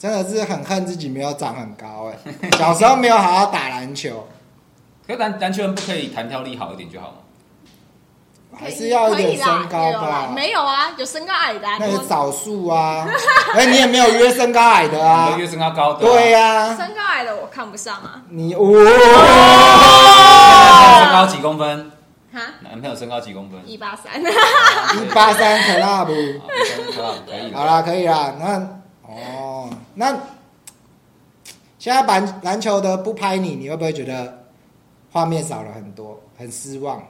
Speaker 3: 真的是很恨自己没有长很高 哎、小时候没有好好打篮球，
Speaker 1: 可是篮篮球人不可以弹跳力好一点就好吗？
Speaker 3: 还是要有点身
Speaker 2: 可
Speaker 3: 高
Speaker 2: 以啦有啦
Speaker 3: 吧。
Speaker 2: 没有啊，有身高矮的、啊。
Speaker 3: 那
Speaker 2: 你
Speaker 3: 个
Speaker 2: 问
Speaker 3: 枣树啊， 哎，你也没有约身高矮的
Speaker 1: 你
Speaker 3: 啊
Speaker 1: 都，约身高高的。
Speaker 3: 对呀、
Speaker 2: 身高矮的我看不上啊，
Speaker 3: 你哦哇，
Speaker 2: 哦
Speaker 1: 男朋友身高几公分？
Speaker 2: 哈，
Speaker 1: 男朋友身高几公分？
Speaker 2: 一八三，
Speaker 3: 一八三啊 club，
Speaker 1: 好一八三可以
Speaker 3: 好
Speaker 1: 了。
Speaker 3: 啦，可以啦，那哦，那现在篮篮球的不拍你，你会不会觉得画面少了很多，很失望？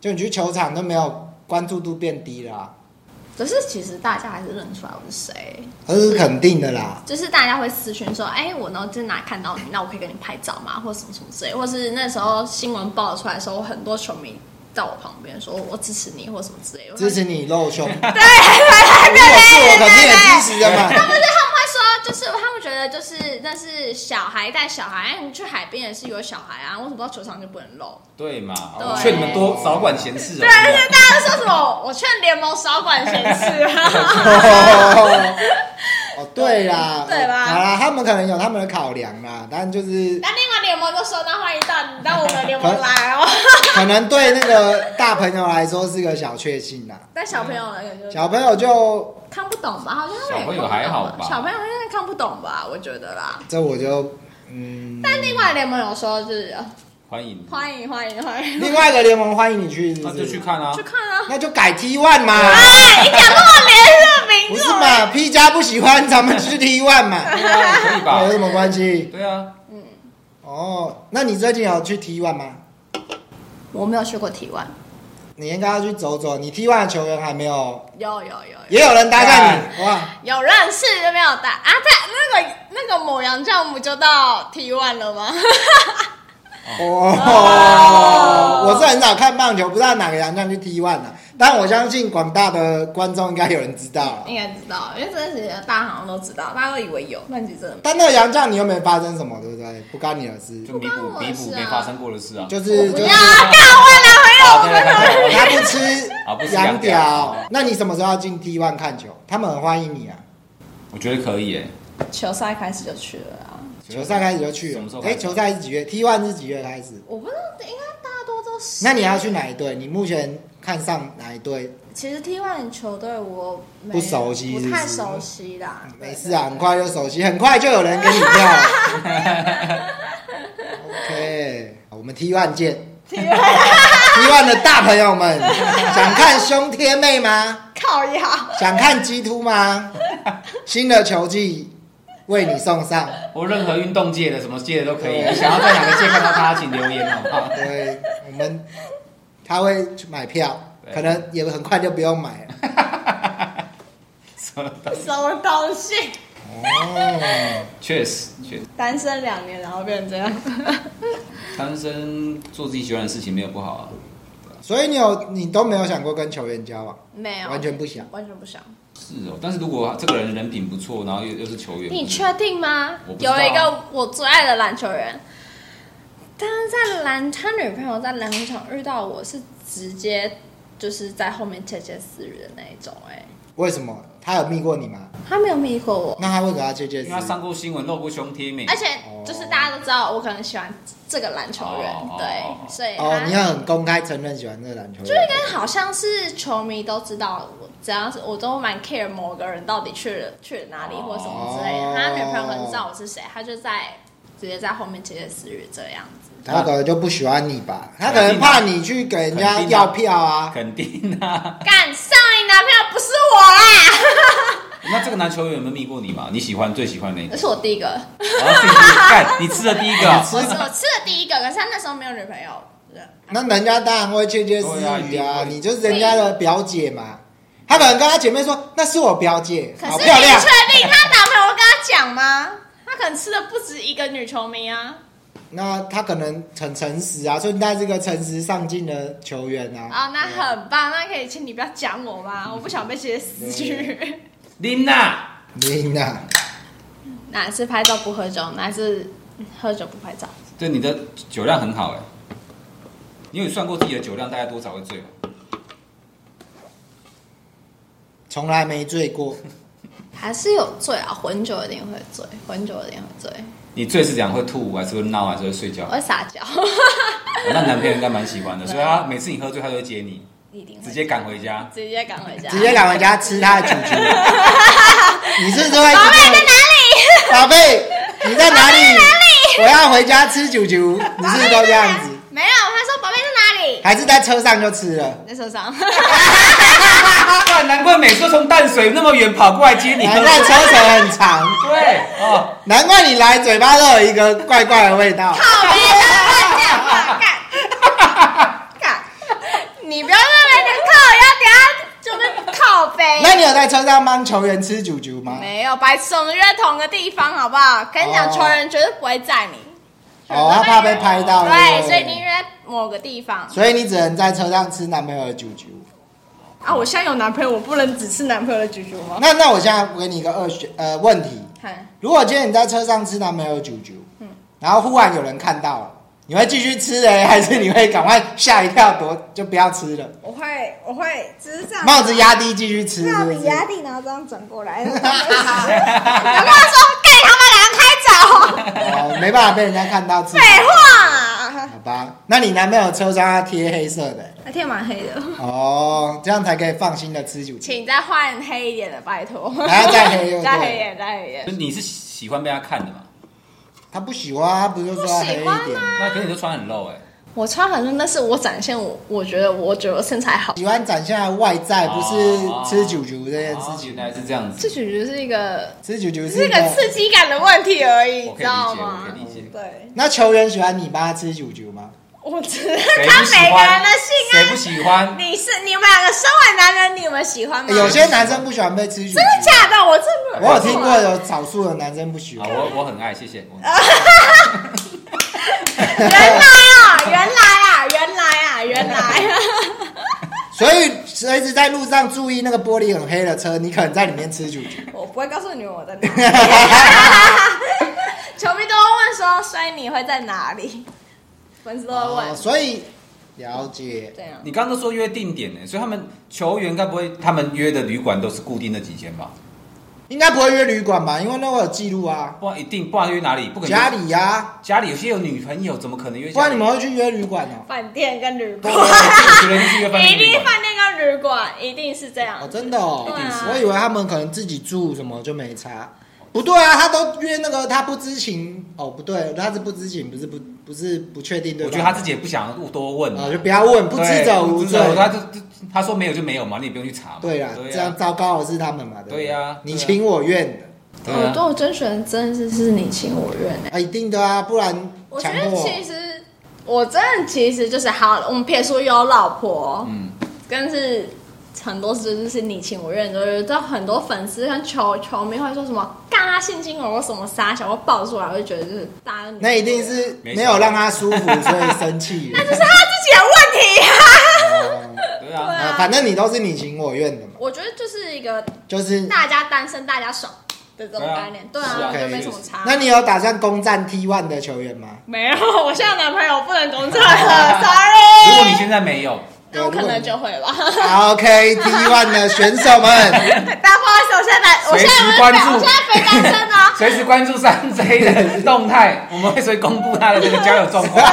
Speaker 3: 就你去球场都没有关注度变低了啊、
Speaker 2: 可是其实大家还是认出来我是谁，
Speaker 3: 这是肯定的啦。
Speaker 2: 就是大家会私讯说，哎、我呢在哪看到你，那我可以跟你拍照吗？或者什么什么之类，或是那时候新闻报出来的时候，很多球迷到我旁边说我支持你或什么之类的，
Speaker 3: 支
Speaker 2: 我
Speaker 3: 持你露胸，对，
Speaker 1: 啊
Speaker 3: 如果是我肯定也支持的嘛。
Speaker 2: 会说就是他们觉得就是那是小孩带小孩，哎你去海边也是有小孩啊，为什么到球场就不能露？
Speaker 1: 对嘛，
Speaker 2: 对
Speaker 1: 我劝你们多少管闲事啊！
Speaker 2: 对，而且大家说什么我劝联盟少管闲事 啊，
Speaker 3: 哦，对啦，
Speaker 2: 对吧
Speaker 3: 好啦，他们可能有他们的考量啦，但就是
Speaker 2: 那另外联盟就说那欢迎到你到我们联盟来哦。
Speaker 3: 可能对那个大朋友来说是个小确幸啦。
Speaker 2: 但小朋友呢，感觉就
Speaker 3: 小朋友就
Speaker 2: 看不懂吧？好像
Speaker 1: 小朋友还好吧
Speaker 2: 小朋友应该看不懂吧？我觉得啦。
Speaker 3: 这我就嗯，
Speaker 2: 但另外联盟有说就是呃
Speaker 1: 欢迎，
Speaker 2: 欢迎欢迎欢迎
Speaker 3: 另外一个联盟欢迎你去，是
Speaker 1: 那
Speaker 3: 不
Speaker 1: 就是去，看啊
Speaker 2: 去。看啊！
Speaker 3: 那就改 T one 嘛，
Speaker 2: 哎，你讲那么连这
Speaker 3: 不
Speaker 2: 名
Speaker 3: 是
Speaker 2: 字，
Speaker 3: 嘛？P 加不喜欢，咱们就去 T one 嘛，
Speaker 1: 对啊可以
Speaker 3: 对有什
Speaker 1: 吧？
Speaker 3: 么关系？
Speaker 1: 对啊，
Speaker 3: 哦，那你最近有去 T one 吗？
Speaker 2: 我没有去过体外，
Speaker 3: 你应该要去走走，你 T one 的球员还没有，
Speaker 2: 有有有有
Speaker 3: 也有人搭讪你哇？
Speaker 2: 有认识就没有带啊？他那个那个某洋教母就到 T one 了吗？
Speaker 3: 哦，我是很少看棒球，不知道哪个洋将去 T one 的，但我相信广大的观众应该有人知道了。
Speaker 2: 应该知道，因为这件事大家好像都知道，大家都以为有，但其实真的没有。
Speaker 3: 但那个洋将你又没发生什么，对不对？不干你的事，
Speaker 1: 就弥补
Speaker 2: 不关我的
Speaker 1: 弥
Speaker 2: 事
Speaker 1: 补
Speaker 2: 啊
Speaker 1: 没发生过的事啊。
Speaker 3: 就是就
Speaker 2: 不要
Speaker 3: 是。
Speaker 2: 啊干我男朋友，我们
Speaker 1: 啊对
Speaker 3: 他不吃
Speaker 1: 啊不吃
Speaker 3: 羊
Speaker 1: 羊
Speaker 3: 屌
Speaker 1: 屌，
Speaker 3: 那你什么时候要进 T one 看球？他们很欢迎你啊！
Speaker 1: 我觉得可以诶。
Speaker 2: 球赛开始就去了啊。
Speaker 3: 球赛开始就去
Speaker 1: 什
Speaker 3: 了
Speaker 1: 么时候，开
Speaker 3: 哎，
Speaker 1: 始
Speaker 3: 球赛是几月？T one 是几月开始？
Speaker 2: 我不知道，应该大多都是。
Speaker 3: 那你要去？哪一队？你目前看上哪一队？
Speaker 2: 其实 T one 球队我没
Speaker 3: 不熟悉是不是
Speaker 2: 不太熟悉啦。
Speaker 3: 没事啊，很快就熟悉，很快就有人给你票 了。OK，好我们 T one 见。
Speaker 2: T one
Speaker 3: T one 的大朋友 们，想看胸贴妹吗？
Speaker 2: 靠 呀！
Speaker 3: 想看鸡突吗？新的球季为你送上。
Speaker 1: 我任何运动界的什么界的都可 以，你想要在哪个界看到他，请留言好不好？
Speaker 3: 对，我们他会去买票，
Speaker 1: 对
Speaker 3: 可能也很快就不用买了。
Speaker 1: 什么东西
Speaker 2: 什么东西？
Speaker 3: 哦，
Speaker 1: 确实，确实。
Speaker 2: 单身两年，然后变成这样。
Speaker 1: 单身做自己喜欢的事情没有不好啊。
Speaker 3: 所以你有你都没有想过跟球员交往，
Speaker 2: 没有，
Speaker 3: 完全不想。
Speaker 2: 完全不想。
Speaker 1: 是哦，但是如果这个人人品不错，然后又又是球员，
Speaker 2: 你确定吗
Speaker 1: 我？不知道
Speaker 2: 有
Speaker 1: 啊
Speaker 2: 一个我最爱的篮球员，他在篮他女朋友在篮球场遇到我是直接就是在后面窃窃私语的那一种、哎，
Speaker 3: 为什么？他有密过你吗？
Speaker 2: 他没有迷惑我，
Speaker 3: 那他会给他借借
Speaker 1: 因
Speaker 3: 私
Speaker 1: 为他上过新闻，露过胸贴没？
Speaker 2: 而且就是大家都知道我可能喜欢这个篮球员，
Speaker 1: 哦
Speaker 2: 对
Speaker 1: 哦哦，
Speaker 2: 所以
Speaker 3: 哦，
Speaker 2: 他
Speaker 3: 你要很公开承认喜欢这个篮球员，
Speaker 2: 就应该好像是球迷都知道我，只要是我都蛮 care 某个人到底去了去了哪里或者什么之类的。
Speaker 3: 哦
Speaker 2: 他女朋友可能知道我是谁，他就在直接在后面窃窃私语这样子。
Speaker 3: 他可能就不喜欢你吧？他
Speaker 1: 肯
Speaker 3: 可
Speaker 1: 定啊
Speaker 3: 能怕你去给人家
Speaker 1: 肯定啊
Speaker 3: 要票啊。
Speaker 1: 肯定 啊。
Speaker 2: 干上你男朋友不是我啊啦，
Speaker 1: 那这个男球员有没有迷过你嘛？你喜欢最喜欢哪
Speaker 2: 那
Speaker 1: 个？
Speaker 2: 是我第一个，
Speaker 1: 然后自己去干，你吃的第一 个啊，
Speaker 2: 我是我吃的第一个，可是他那时候没有女朋友。对
Speaker 3: 那人家当然会窃窃私语
Speaker 1: 对啊
Speaker 3: 啊，
Speaker 1: 一定会
Speaker 3: 你就是人家的表姐嘛。他可能跟他姐妹说：“那是我表姐，
Speaker 2: 可
Speaker 3: 好
Speaker 2: 是你
Speaker 3: 漂亮。
Speaker 2: 确定他男朋友跟他讲吗？他可能吃的不止一个女球迷啊。”
Speaker 3: 那他可能很诚实啊，所以他是个诚实上进的球员啊。
Speaker 2: 啊、那很棒，那可以请你不要讲我吗？我不想被窃窃私语。
Speaker 1: 琳娜，
Speaker 3: 琳娜，
Speaker 2: 哪次拍照不喝酒，哪次喝酒不拍照？
Speaker 1: 对你的酒量很好哎。你有算过自己的酒量大概多少会醉吗？
Speaker 3: 从来没醉 过，
Speaker 2: 还是有醉啊，混酒一定会醉，混酒一定会醉，
Speaker 1: 你醉是怎样？会吐，还是会闹，还是会睡觉
Speaker 2: 我？会撒娇，
Speaker 1: 那男朋友应该蛮喜欢 的，所以他每次你喝醉，他都会接你，
Speaker 2: 一定会
Speaker 1: 直接赶回家。
Speaker 2: 直接赶回家，
Speaker 3: 直接赶回家吃他的球 球。你是不是会
Speaker 2: 宝贝
Speaker 3: 吃
Speaker 2: 在
Speaker 3: 这个？
Speaker 2: 哪
Speaker 3: 宝贝，你在哪里？我要回家吃球球。你是不是都这样子
Speaker 2: 里？？没有，他说宝贝在哪里？
Speaker 3: 还是在车上就吃 了？
Speaker 2: 在手上，
Speaker 1: 哇，啊难怪每次从淡水那么远跑过来接
Speaker 2: 哎
Speaker 1: 你喝
Speaker 3: 难
Speaker 1: 醉。
Speaker 3: 怪车程很长，
Speaker 1: 对哦，
Speaker 3: 难怪你来嘴巴都有一个怪怪的味道。
Speaker 2: 宝贝在讲话，干 干，你不要在那边靠，要等下就被靠背。
Speaker 3: 那你有在车上帮球员吃九九吗？
Speaker 2: 没有，白痴，我们约同个地方好不好？跟你讲，
Speaker 3: 哦
Speaker 2: 球员绝对不会载你。
Speaker 3: 哦，他怕被拍到。
Speaker 2: 对，
Speaker 3: 不
Speaker 2: 所以你约某个地方
Speaker 3: 所以你只能在车上吃男朋友的九九。
Speaker 2: 啊。我现在有男朋友，我不能只吃男朋友的啾啾吗？
Speaker 3: 那那我现在给你一个二选呃问题，
Speaker 2: 看，
Speaker 3: 如果今天你在车上吃男朋友的九九，然后忽然有人看到了，你会继续吃嘞，还是你会赶快吓一跳躲就不要吃了？
Speaker 2: 我会，我会，只是这样
Speaker 3: 帽子压低继续吃，是不是？
Speaker 2: 低，然后这样转过 来。我跟他说，盖他们两个开走，
Speaker 3: 哦，没办法被人家看到吃。
Speaker 2: 废话。
Speaker 3: 好吧，那你男朋友车上要贴黑色的、欸
Speaker 2: 那天蛮黑的，
Speaker 3: 哦，这样才可以放心的吃酒。
Speaker 2: 请再换黑一点的，拜托。
Speaker 3: 还要再黑又对
Speaker 2: 再黑一点，再黑一点。
Speaker 1: 你是喜欢被他看的嘛？
Speaker 3: 他不喜欢，啊他不是说要黑一
Speaker 2: 不喜欢啊
Speaker 3: 点，
Speaker 1: 那可是你都穿很露哎、
Speaker 2: 我穿很正，那是我展现我，我觉得我觉得我身材好。
Speaker 3: 喜欢展现他的外在，哎不是吃酒酒这件事
Speaker 1: 哦原。
Speaker 3: 情
Speaker 1: 来是这样子
Speaker 2: 这，取决是一个
Speaker 3: 吃酒酒
Speaker 2: 只是
Speaker 3: 是
Speaker 2: 一个刺激感的问题而已，
Speaker 1: 我可以理
Speaker 2: 你知道
Speaker 1: 解，我
Speaker 2: 吗
Speaker 1: 可以？理解。
Speaker 2: 对，
Speaker 3: 那球员喜欢你帮他吃酒酒吗？
Speaker 2: 我只
Speaker 1: 谁
Speaker 2: 是
Speaker 1: 不
Speaker 2: 看
Speaker 1: 喜
Speaker 2: 每个人
Speaker 1: 欢
Speaker 2: 的性
Speaker 1: 谁不
Speaker 2: 爱。
Speaker 1: 喜欢？
Speaker 2: 你是你们两个身为男人，你们喜欢吗？
Speaker 3: 哎
Speaker 1: 哎
Speaker 3: 有些男生不喜欢被吃酒酒
Speaker 2: 啊真，的假的？我真的没
Speaker 3: 我有听过有少数的男生不喜
Speaker 1: 啊，
Speaker 3: 欢。
Speaker 1: 我我很爱，谢谢。我
Speaker 2: 原来啊，原来啊，原来啊，原来啊！
Speaker 3: 所以随时在路上注意那个玻璃很黑的车，你可能在里面吃酒酒。
Speaker 2: 我不会告诉你们我在哪里。 球迷都会问说，所以你会在哪里？粉丝都会
Speaker 3: 哦，
Speaker 2: 问，
Speaker 3: 所以了解。
Speaker 2: 这样
Speaker 1: 你刚刚都说约定点呢、所以他们球员该不会他们约的旅馆都是固定那几间吧？
Speaker 3: 应该不会约旅馆吧？因为那我有记录啊，
Speaker 1: 不然一定，不然约哪里？不可能
Speaker 3: 家里呀、
Speaker 1: 家里有些有女朋友，怎么可能约
Speaker 3: 不
Speaker 1: 家
Speaker 3: 然
Speaker 1: 里？
Speaker 3: 你们会去约旅馆哦、
Speaker 2: 饭店跟旅
Speaker 1: 对
Speaker 2: 馆
Speaker 1: 我，觉得是约饭
Speaker 2: 一
Speaker 1: 店旅
Speaker 2: 定
Speaker 1: 馆。
Speaker 2: 饭店跟旅馆一定是这样
Speaker 3: 哦，。真的哦、
Speaker 2: 对啊
Speaker 3: 我以为他们可能自己住什么就没差。不对啊，他都约那个他不知情哦，不对，他是不知情，不是不不是不确定对
Speaker 1: 我
Speaker 3: 吧？
Speaker 1: 觉得他自己也不想多问、
Speaker 3: 哦，就不要问，不知者
Speaker 1: 对
Speaker 3: 无
Speaker 1: 不
Speaker 3: 罪。
Speaker 1: 他就就他说没有就没有嘛，你也不用去查嘛。
Speaker 3: 对啦
Speaker 1: 啊，，
Speaker 3: 这样糟糕的是他们嘛？不
Speaker 1: 对啊呀
Speaker 3: 你
Speaker 1: 对呀
Speaker 3: 情我愿的
Speaker 1: 对
Speaker 2: 我
Speaker 1: 啊
Speaker 2: 对我甄选真的是是你情我愿
Speaker 3: 啊，
Speaker 2: 欸
Speaker 3: 一定的啊，不然
Speaker 2: 我觉
Speaker 3: 强
Speaker 2: 得
Speaker 3: 迫
Speaker 2: 其实我真的其实就是好，我们撇除有老婆，
Speaker 1: 嗯，
Speaker 2: 但是很多事就是你情我愿，就是到很多粉丝跟球球迷会说什么“嘎性金我什么傻小”，我爆出来，我就觉得就是大家
Speaker 3: 那一定是
Speaker 1: 没
Speaker 3: 没有
Speaker 1: 错
Speaker 3: 让他舒服，所以生 气了。
Speaker 2: 那就是他自己的问题啊。
Speaker 3: 哦
Speaker 1: 对啊
Speaker 2: 对啊
Speaker 3: 啊反正你都是你情我愿的嘛。
Speaker 2: 我觉得就是一个
Speaker 3: 就是
Speaker 2: 大家单身大家爽的这种概念，对
Speaker 1: 对啊
Speaker 2: 啊，
Speaker 1: 是
Speaker 2: 就
Speaker 1: 啊
Speaker 2: 没什么差。
Speaker 3: 那你有打算攻占 T one 的球员吗？
Speaker 2: 没有？我现在有男朋友不能公证了，sorry。
Speaker 1: 如果你现在没有，
Speaker 2: 那我可能就会吧。
Speaker 3: 好 OK，T 啊 one 的选手们，
Speaker 2: 大家不好意思，我现在单，我现在不
Speaker 1: 随
Speaker 2: 是
Speaker 1: 时关
Speaker 2: 非
Speaker 1: 注
Speaker 2: 我现在非单身
Speaker 1: 。
Speaker 2: 啊
Speaker 1: 随时关注三 J 的动 态，我们会随公布他的这个交友状况。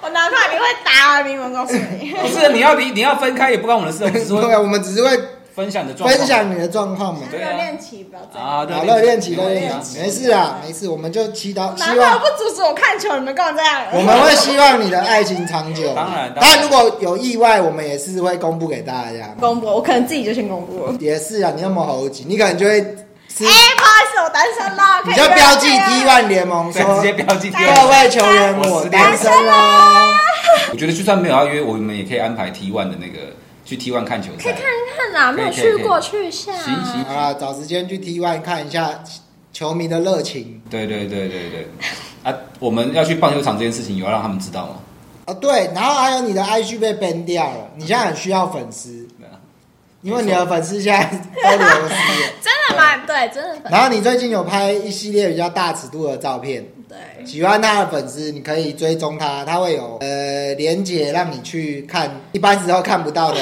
Speaker 2: 我男朋友你会打我的名文告诉你。
Speaker 1: 不是你要离你要分开也不关我们的事，我们只是会
Speaker 3: 对，啊我们只是会
Speaker 1: 分享你的状况。
Speaker 3: 分享你的状况嘛。
Speaker 1: 对啊
Speaker 2: 热恋期不要这样。
Speaker 1: 啊，
Speaker 3: 好，热恋期，热
Speaker 1: 没问题
Speaker 3: 恋
Speaker 1: 啊
Speaker 3: 期，没事啊，没事，我们就祈祷，
Speaker 2: 男
Speaker 3: 希
Speaker 2: 朋友
Speaker 3: 望
Speaker 2: 不阻止我看球，你们干嘛这样？
Speaker 3: 我们会希望你的爱情长久。
Speaker 1: 当然当然
Speaker 3: 但如果有意外，我们也是会公布给大家。
Speaker 2: 公布，我可能自己就先公布了。
Speaker 3: 也是啊，你那么猴急，你可能就会是，
Speaker 2: 哎、不好意思，我单身了。可
Speaker 3: 你
Speaker 2: 以
Speaker 3: 就
Speaker 2: 约
Speaker 3: 标记
Speaker 2: 我吗
Speaker 3: T one 联盟
Speaker 1: 对，
Speaker 3: 说
Speaker 1: 直接标记第
Speaker 3: 各
Speaker 1: 二。
Speaker 3: 位球员，
Speaker 1: 我
Speaker 3: 我
Speaker 1: 失恋
Speaker 3: 单身哦喽。
Speaker 1: 我觉得就算没有要约，我们也可以安排 T one 的那个去 T one 看球
Speaker 2: 可以
Speaker 1: 赛。
Speaker 2: 看看啦，没有去过去一下。
Speaker 1: 行行
Speaker 3: 好啦，找时间去 T one 看一下球迷的热情
Speaker 1: 对对对对对。啊，我们要去棒球场这件事情，有要让他们知道吗？
Speaker 3: 哦。对，然后还有你的 IG 被 ban 掉了，你现在很需要粉丝，
Speaker 1: 对啊
Speaker 3: 因为你的粉丝现在 都流失了。
Speaker 2: 真的吗？对，真的粉
Speaker 3: 然后你最近有拍一系列比较大尺度的照片，
Speaker 2: 对。
Speaker 3: 喜欢他的粉丝，你可以追踪他，他会有呃连接让你去看，一般时候看不 到的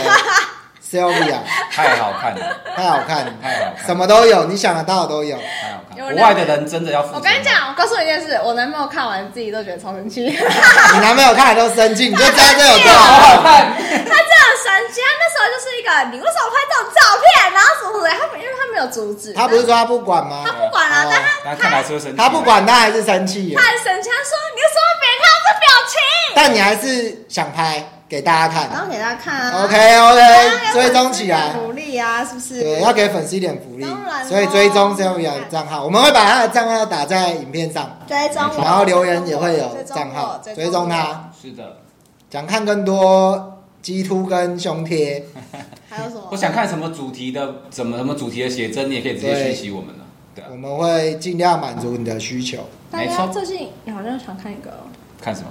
Speaker 3: Sylvia，
Speaker 1: 太好看了，
Speaker 3: 太好看了，
Speaker 1: 太好看了，
Speaker 3: 什么都有，你想得到的都有。
Speaker 1: 太好看了。
Speaker 2: 有人
Speaker 1: 国外的人真的要付
Speaker 2: 我
Speaker 1: 出。
Speaker 2: 跟你讲，我告诉你一件事，我男朋友看完自己都觉得超生气，他真的
Speaker 3: 你男朋友看了都生气，你就知道这有多
Speaker 1: 好好
Speaker 3: 好看
Speaker 1: 看，
Speaker 2: 生气。他那时候就是一个，你为什么拍这种照片？然后什么什么，他因为他没有阻止，
Speaker 3: 他不是说他不管
Speaker 2: 他
Speaker 3: 吗？
Speaker 2: 不管了、
Speaker 3: 哦
Speaker 2: 但他
Speaker 1: 大家看来是会生气。
Speaker 3: 他不，管，他还是生气了
Speaker 2: 他，很生气，他说你为什么别人看我这表情？
Speaker 3: 但你还是想拍给大家
Speaker 2: 然后
Speaker 3: 看。
Speaker 2: 给大家看啊
Speaker 3: OK
Speaker 2: 然后
Speaker 3: OK，
Speaker 2: 给粉丝
Speaker 3: 追踪起来
Speaker 2: 点，鼓励啊，是不是？
Speaker 3: 对，要给粉丝一点福利
Speaker 2: 当然，咯
Speaker 3: 所以追踪 Sylvia 的账号，我们会把他的账号打在影片上，
Speaker 2: 追踪我，
Speaker 3: 然后留言也会有
Speaker 2: 追踪我
Speaker 3: 账号，追
Speaker 2: 我
Speaker 3: 踪他，
Speaker 1: 是的。
Speaker 3: 想看更多鸡突跟胸贴，
Speaker 2: 还有什么？
Speaker 1: 我想看什么主题的，什么什么主题的写真，你也可以直接讯息我们了。对啊
Speaker 3: 我，们会尽量满足你的需求。
Speaker 2: 大
Speaker 1: 没
Speaker 2: 家
Speaker 1: 错
Speaker 2: 最近好像想看一个
Speaker 1: 看什么？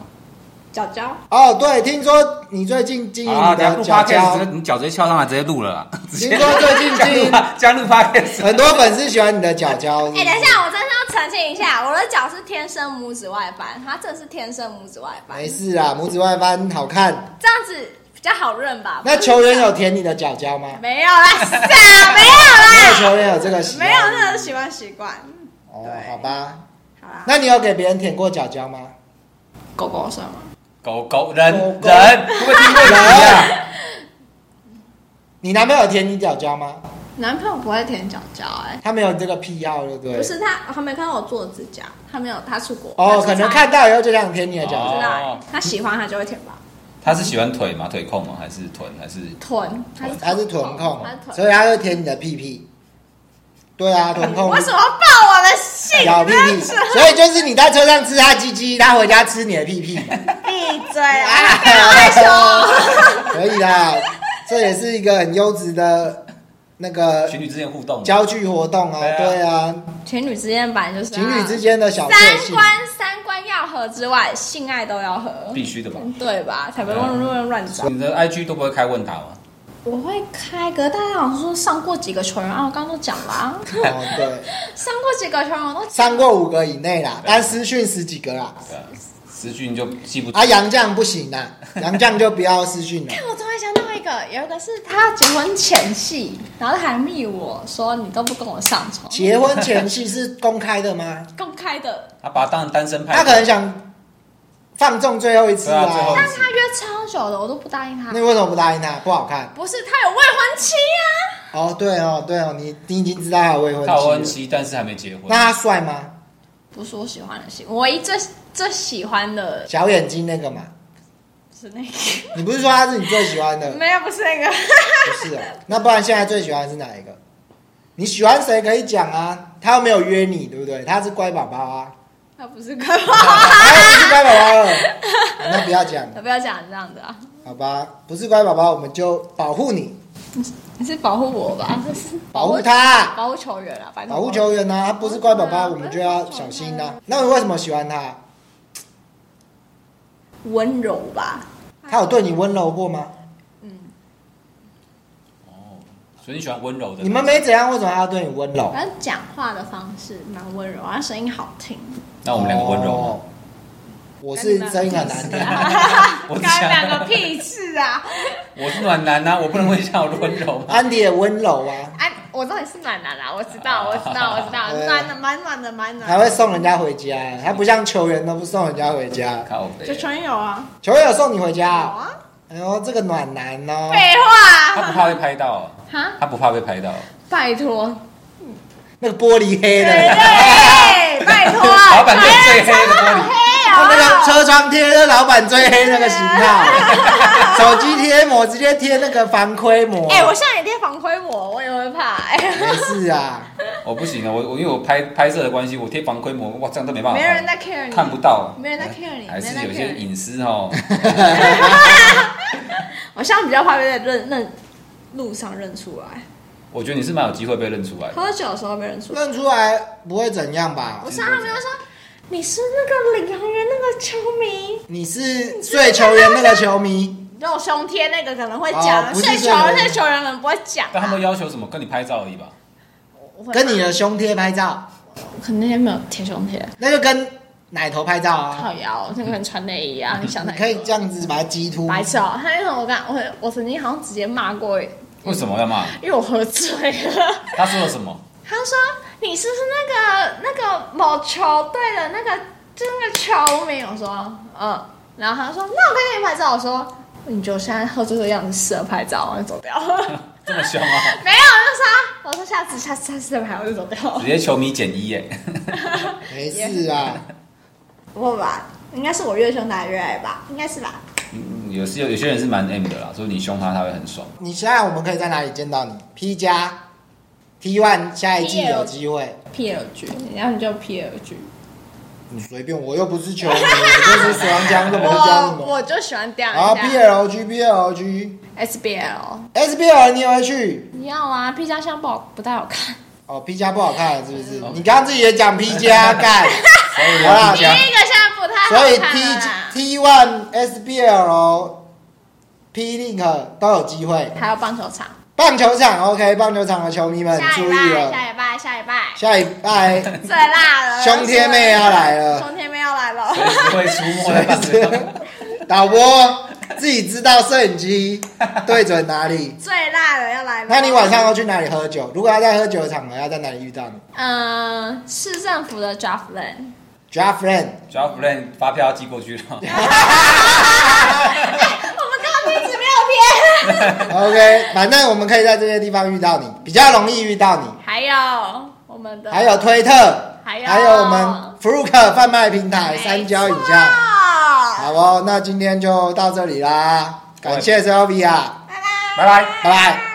Speaker 2: 角角，
Speaker 3: 哦，对，听说你最近经营
Speaker 1: 啊，
Speaker 3: 你
Speaker 1: 等下
Speaker 3: 的
Speaker 1: 录
Speaker 3: 脚
Speaker 1: podcast，直
Speaker 3: 胶，
Speaker 1: 接你脚直接翘上来，直接录了啦。直
Speaker 3: 听
Speaker 1: 接
Speaker 3: 说最近
Speaker 1: 加
Speaker 3: 经
Speaker 1: 入
Speaker 3: 营
Speaker 1: 加入 podcast。
Speaker 3: 很多粉丝喜欢你的脚胶。
Speaker 2: 哎、等一下，我真的要澄清一下，我的脚是天生拇指外翻，它这是天生拇指外翻，
Speaker 3: 没事啊，拇指外翻好看。
Speaker 2: 这样子比较好啊认吧？
Speaker 3: 那球员有舔你的脚胶吗？
Speaker 2: 没有啦，傻，没
Speaker 3: 没有
Speaker 2: 有啦，
Speaker 3: 球员有这个习
Speaker 2: 没
Speaker 3: 惯。
Speaker 2: 有，那是喜欢习惯。
Speaker 3: 哦，
Speaker 2: 对
Speaker 3: 好吧。
Speaker 2: 好啦，
Speaker 3: 那你有给别人舔过脚胶吗？
Speaker 2: 狗狗算吗？
Speaker 1: 狗狗人
Speaker 3: 狗 狗
Speaker 1: 人，会不会听过人啊？
Speaker 3: 你男朋友有舔你脚胶吗？
Speaker 2: 男朋友不会舔脚脚哎，
Speaker 3: 他没有这个癖好，对不对？
Speaker 2: 不。是他，他没看到我做指甲，他没有，他出国
Speaker 3: 哦，可能看到以后就想舔你的脚
Speaker 2: 不
Speaker 3: 胶
Speaker 2: 知。道
Speaker 1: 哦
Speaker 2: 哎，他喜欢他就会舔吧，
Speaker 1: 他是喜欢腿吗？腿控吗？还是臀？还是
Speaker 2: 臀，他是
Speaker 3: 他是臀控
Speaker 2: 他是，臀，
Speaker 3: 所以他就舔你的屁屁。对 啊，臀控
Speaker 2: 为。什么要爆我的性？
Speaker 3: 咬屁屁，所以就是你在车上吃他鸡鸡，他回家吃你的屁 屁。
Speaker 2: 闭嘴啊！不要害羞。
Speaker 3: 可以啦，这也是一个很优质的那个
Speaker 1: 情侣之间互动？
Speaker 3: 交际活动啊，对
Speaker 1: 对
Speaker 3: 啊，
Speaker 2: 情侣之间本来就是啊
Speaker 3: 情侣之间的小确
Speaker 2: 三
Speaker 3: 幸。
Speaker 2: 观三观要合之外，性爱都要合，
Speaker 1: 必须的吧？啊
Speaker 2: 对吧？才不会乱乱乱找。
Speaker 1: 你的 IG 都不会开问答吗？
Speaker 2: 我会开个，大家好像说上过几个球员啊，我刚刚都讲了、啊，
Speaker 3: 哦，对，
Speaker 2: 上过几个球员我都
Speaker 3: 上过五个以内啦，但私讯十几个啦。
Speaker 1: 对啊，私讯就记不住
Speaker 3: 啊，杨绛不行啦，杨绛就不要私讯了。
Speaker 2: 看哎我突然想到一个，有一个是他结婚前戏，然后他还密我说你都不跟我上床，
Speaker 3: 结婚前戏是公开的吗？
Speaker 2: 公开的，
Speaker 1: 他把他当单身派。
Speaker 3: 他可能想放纵最后一次
Speaker 1: 对啊最后
Speaker 3: 啊
Speaker 1: 一
Speaker 2: 但
Speaker 1: 次，
Speaker 2: 是他约超久的，我都不答应他
Speaker 3: 那。你为什么不答应他？不好看。
Speaker 2: 不是他有未婚妻啊，
Speaker 3: 哦，对哦，对哦，你你已经知道他有未婚
Speaker 1: 他有
Speaker 3: 妻
Speaker 1: 婚
Speaker 3: 了。
Speaker 1: 期，但是还没结婚。
Speaker 3: 那他帅吗？
Speaker 2: 不是我喜欢的型，我唯一最最喜欢的
Speaker 3: 小眼睛那个嘛？
Speaker 2: 是那个，
Speaker 3: 你不是说他是你最喜 欢的？
Speaker 2: 没有不是那个，
Speaker 3: 不是哦，那不然现在最喜欢的是哪一个？你喜欢谁可以讲啊？他又没有约你，对不对？他是乖宝宝啊，
Speaker 2: 他不是干嘛？
Speaker 3: 他又不是乖宝宝了，那不要讲，
Speaker 2: 不要讲这样子啊，
Speaker 3: 好吧？不是乖宝宝，我们就保护你，
Speaker 2: 你是保护我吧？
Speaker 3: 保护，他，
Speaker 2: 保护球员啊，反正
Speaker 3: 保护球员啊。他不是乖宝宝，
Speaker 2: 保护他
Speaker 3: 我们就要小心啊。那你为什么喜欢他？
Speaker 2: 温柔吧，
Speaker 3: 嗯他有对你温柔过吗？
Speaker 2: 嗯，
Speaker 1: 所以你喜欢温柔的。
Speaker 3: 你们没怎样，为什么还要对你温柔？
Speaker 2: 反正讲话的方式蛮温柔，他声音好听。
Speaker 1: 那我们两个温柔吗
Speaker 3: 哦？我是声音很啊难听，
Speaker 1: 我只
Speaker 2: 干你
Speaker 1: 想
Speaker 2: 两个屁事啊！
Speaker 1: 我是暖男啊呐，我不能问一下我的温柔吗？
Speaker 3: 安迪也温柔啊，
Speaker 2: 哎，我到底是暖男啦，啊我知道，我知道，我知道，
Speaker 3: 对
Speaker 2: 暖的，蛮暖的，蛮暖
Speaker 3: 还会
Speaker 2: 的。
Speaker 3: 送人家回家，啊他不像球员都不送人家回家，
Speaker 1: 靠
Speaker 2: 就
Speaker 1: 背，
Speaker 2: 纯友啊，
Speaker 3: 球员有送你回
Speaker 2: 有
Speaker 3: 家，
Speaker 2: 啊，
Speaker 3: 哎呦，这个暖男哦，
Speaker 2: 废
Speaker 1: 他不
Speaker 2: 话，
Speaker 1: 怕被拍到，啊
Speaker 2: 哈，
Speaker 1: 他不怕被拍到，啊
Speaker 2: 拜托，
Speaker 3: 那个玻璃黑
Speaker 2: 对
Speaker 3: 的，
Speaker 2: 对，拜 托，哎
Speaker 1: 老板就是最黑的玻璃
Speaker 2: 好黑
Speaker 3: 他哦那
Speaker 2: 啊
Speaker 3: 个，车窗贴的老板最黑那个型号，手机贴膜直接贴那个防窥膜，
Speaker 2: 哎，我现在也贴防窥膜，我也会怕，哎，
Speaker 3: 没事啊，
Speaker 1: 我不行啊，我我因为我拍拍摄的关系，我贴防窥膜，哇，这样都没办法
Speaker 2: 没
Speaker 1: 拍，
Speaker 2: 人在 care 你，
Speaker 1: 看不到，啊哎
Speaker 2: 没人在 care 你
Speaker 1: 还
Speaker 2: 没人在
Speaker 1: 是
Speaker 2: care
Speaker 1: 有些
Speaker 2: 你
Speaker 1: 隐私 哦。
Speaker 2: 我现在比较怕被认认路上认出来，
Speaker 1: 我觉得你是蛮有机会被认出来的。
Speaker 2: 喝酒的时候被认出来。
Speaker 3: 认出来不会怎样吧
Speaker 2: 我？上他没有说你是那个领航员那个球迷，
Speaker 3: 你是最球员那个球迷，
Speaker 2: 肉胸贴那个可能会
Speaker 3: 哦
Speaker 2: 讲，
Speaker 3: 不是
Speaker 2: 睡球
Speaker 3: 这个
Speaker 2: 睡球人可能不会讲啊。
Speaker 1: 但他们要求什么？跟你拍照而已吧。
Speaker 2: 我会
Speaker 3: 跟你的胸贴拍照，
Speaker 2: 我可能那天没有贴胸贴，
Speaker 3: 那就跟奶头拍照啊，
Speaker 2: 靠腰，那个人穿内 衣啊，你想
Speaker 3: 你
Speaker 2: 太
Speaker 3: 可以
Speaker 2: 多
Speaker 3: 这样子把它激突，
Speaker 2: 白痴哦。他那种我刚我我曾经好像直接骂过，因
Speaker 1: 为什么要骂？
Speaker 2: 为我喝醉了。
Speaker 1: 他说了什么？
Speaker 2: 他说你是不是那个那个某球队的那个就那个球迷？我说嗯，然后他说那我可以跟你拍照。我说你就现在喝醉的样子适合拍照，我就走掉 了。
Speaker 1: 这么凶 啊！
Speaker 2: 没有，我就说我说下次下次下次再拍，我就走掉了
Speaker 1: 直。接球迷减一耶！
Speaker 3: 没事啊。
Speaker 2: 不会吧？应该是我越凶他越爱吧？应该是吧？
Speaker 1: 嗯有些有些人是蛮 M 的啦，所以你凶他，他会很 爽。
Speaker 3: 你现在我们可以在哪里见到你？P 加 T One 下一季
Speaker 2: PL
Speaker 3: 有机会，
Speaker 2: PLG，然后你就 PLG。
Speaker 3: 你随便，我又不是球迷，我就是水王江，怎么会教你
Speaker 2: 我
Speaker 3: 们？
Speaker 2: 我就喜欢这样
Speaker 3: 然后
Speaker 2: 人
Speaker 3: P
Speaker 2: 家
Speaker 3: L G P L G
Speaker 2: SBL。
Speaker 3: S B L 你也会去？
Speaker 2: 你要啊，P 加相不好不太 好看。
Speaker 3: 哦，P 加不好看是不是？你刚刚自己也讲 P 加干，
Speaker 1: Sorry
Speaker 3: 好啦
Speaker 1: 啊，
Speaker 2: 第
Speaker 1: 不
Speaker 2: 一个
Speaker 1: 加。
Speaker 2: 现在不太
Speaker 3: 所以
Speaker 2: 啊好看
Speaker 3: T
Speaker 2: 了啦
Speaker 3: T One S B L P Link 都有机会。
Speaker 2: 还有棒球场，
Speaker 3: 棒球场 OK，棒球场的球迷们
Speaker 2: 下
Speaker 3: 注
Speaker 2: 礼
Speaker 3: 意
Speaker 2: 拜，
Speaker 3: 了，
Speaker 2: 下礼拜，下礼拜，
Speaker 3: 下礼拜
Speaker 2: 最辣了，
Speaker 3: 胸贴妹要来了
Speaker 2: 胸贴妹要 来了，
Speaker 1: 随时会出 没的棒球场。
Speaker 3: 导播自己知道摄影机 对准哪里。
Speaker 2: 最辣的要来了。
Speaker 3: 那你晚上要去哪里喝酒？如果要在喝酒的场合，要在哪里遇到你
Speaker 2: 嗯、市政府的 draft land，
Speaker 3: j a f r i e n d
Speaker 1: 只要 Plan 发票要寄过去了，
Speaker 2: 我们刚刚一直没有 贴。
Speaker 3: OK，反正我们可以在这些地方遇到你，比较容易遇到你。
Speaker 2: 还有我们的，
Speaker 3: 还有推特，
Speaker 2: 还有
Speaker 3: 我们 f r u k 贩卖平台
Speaker 2: 没
Speaker 3: 三交以
Speaker 2: 错
Speaker 3: 下。好哦，那今天就到这里啦，感谢 Sylvia，
Speaker 2: 拜拜。
Speaker 1: 拜拜。
Speaker 3: 拜拜。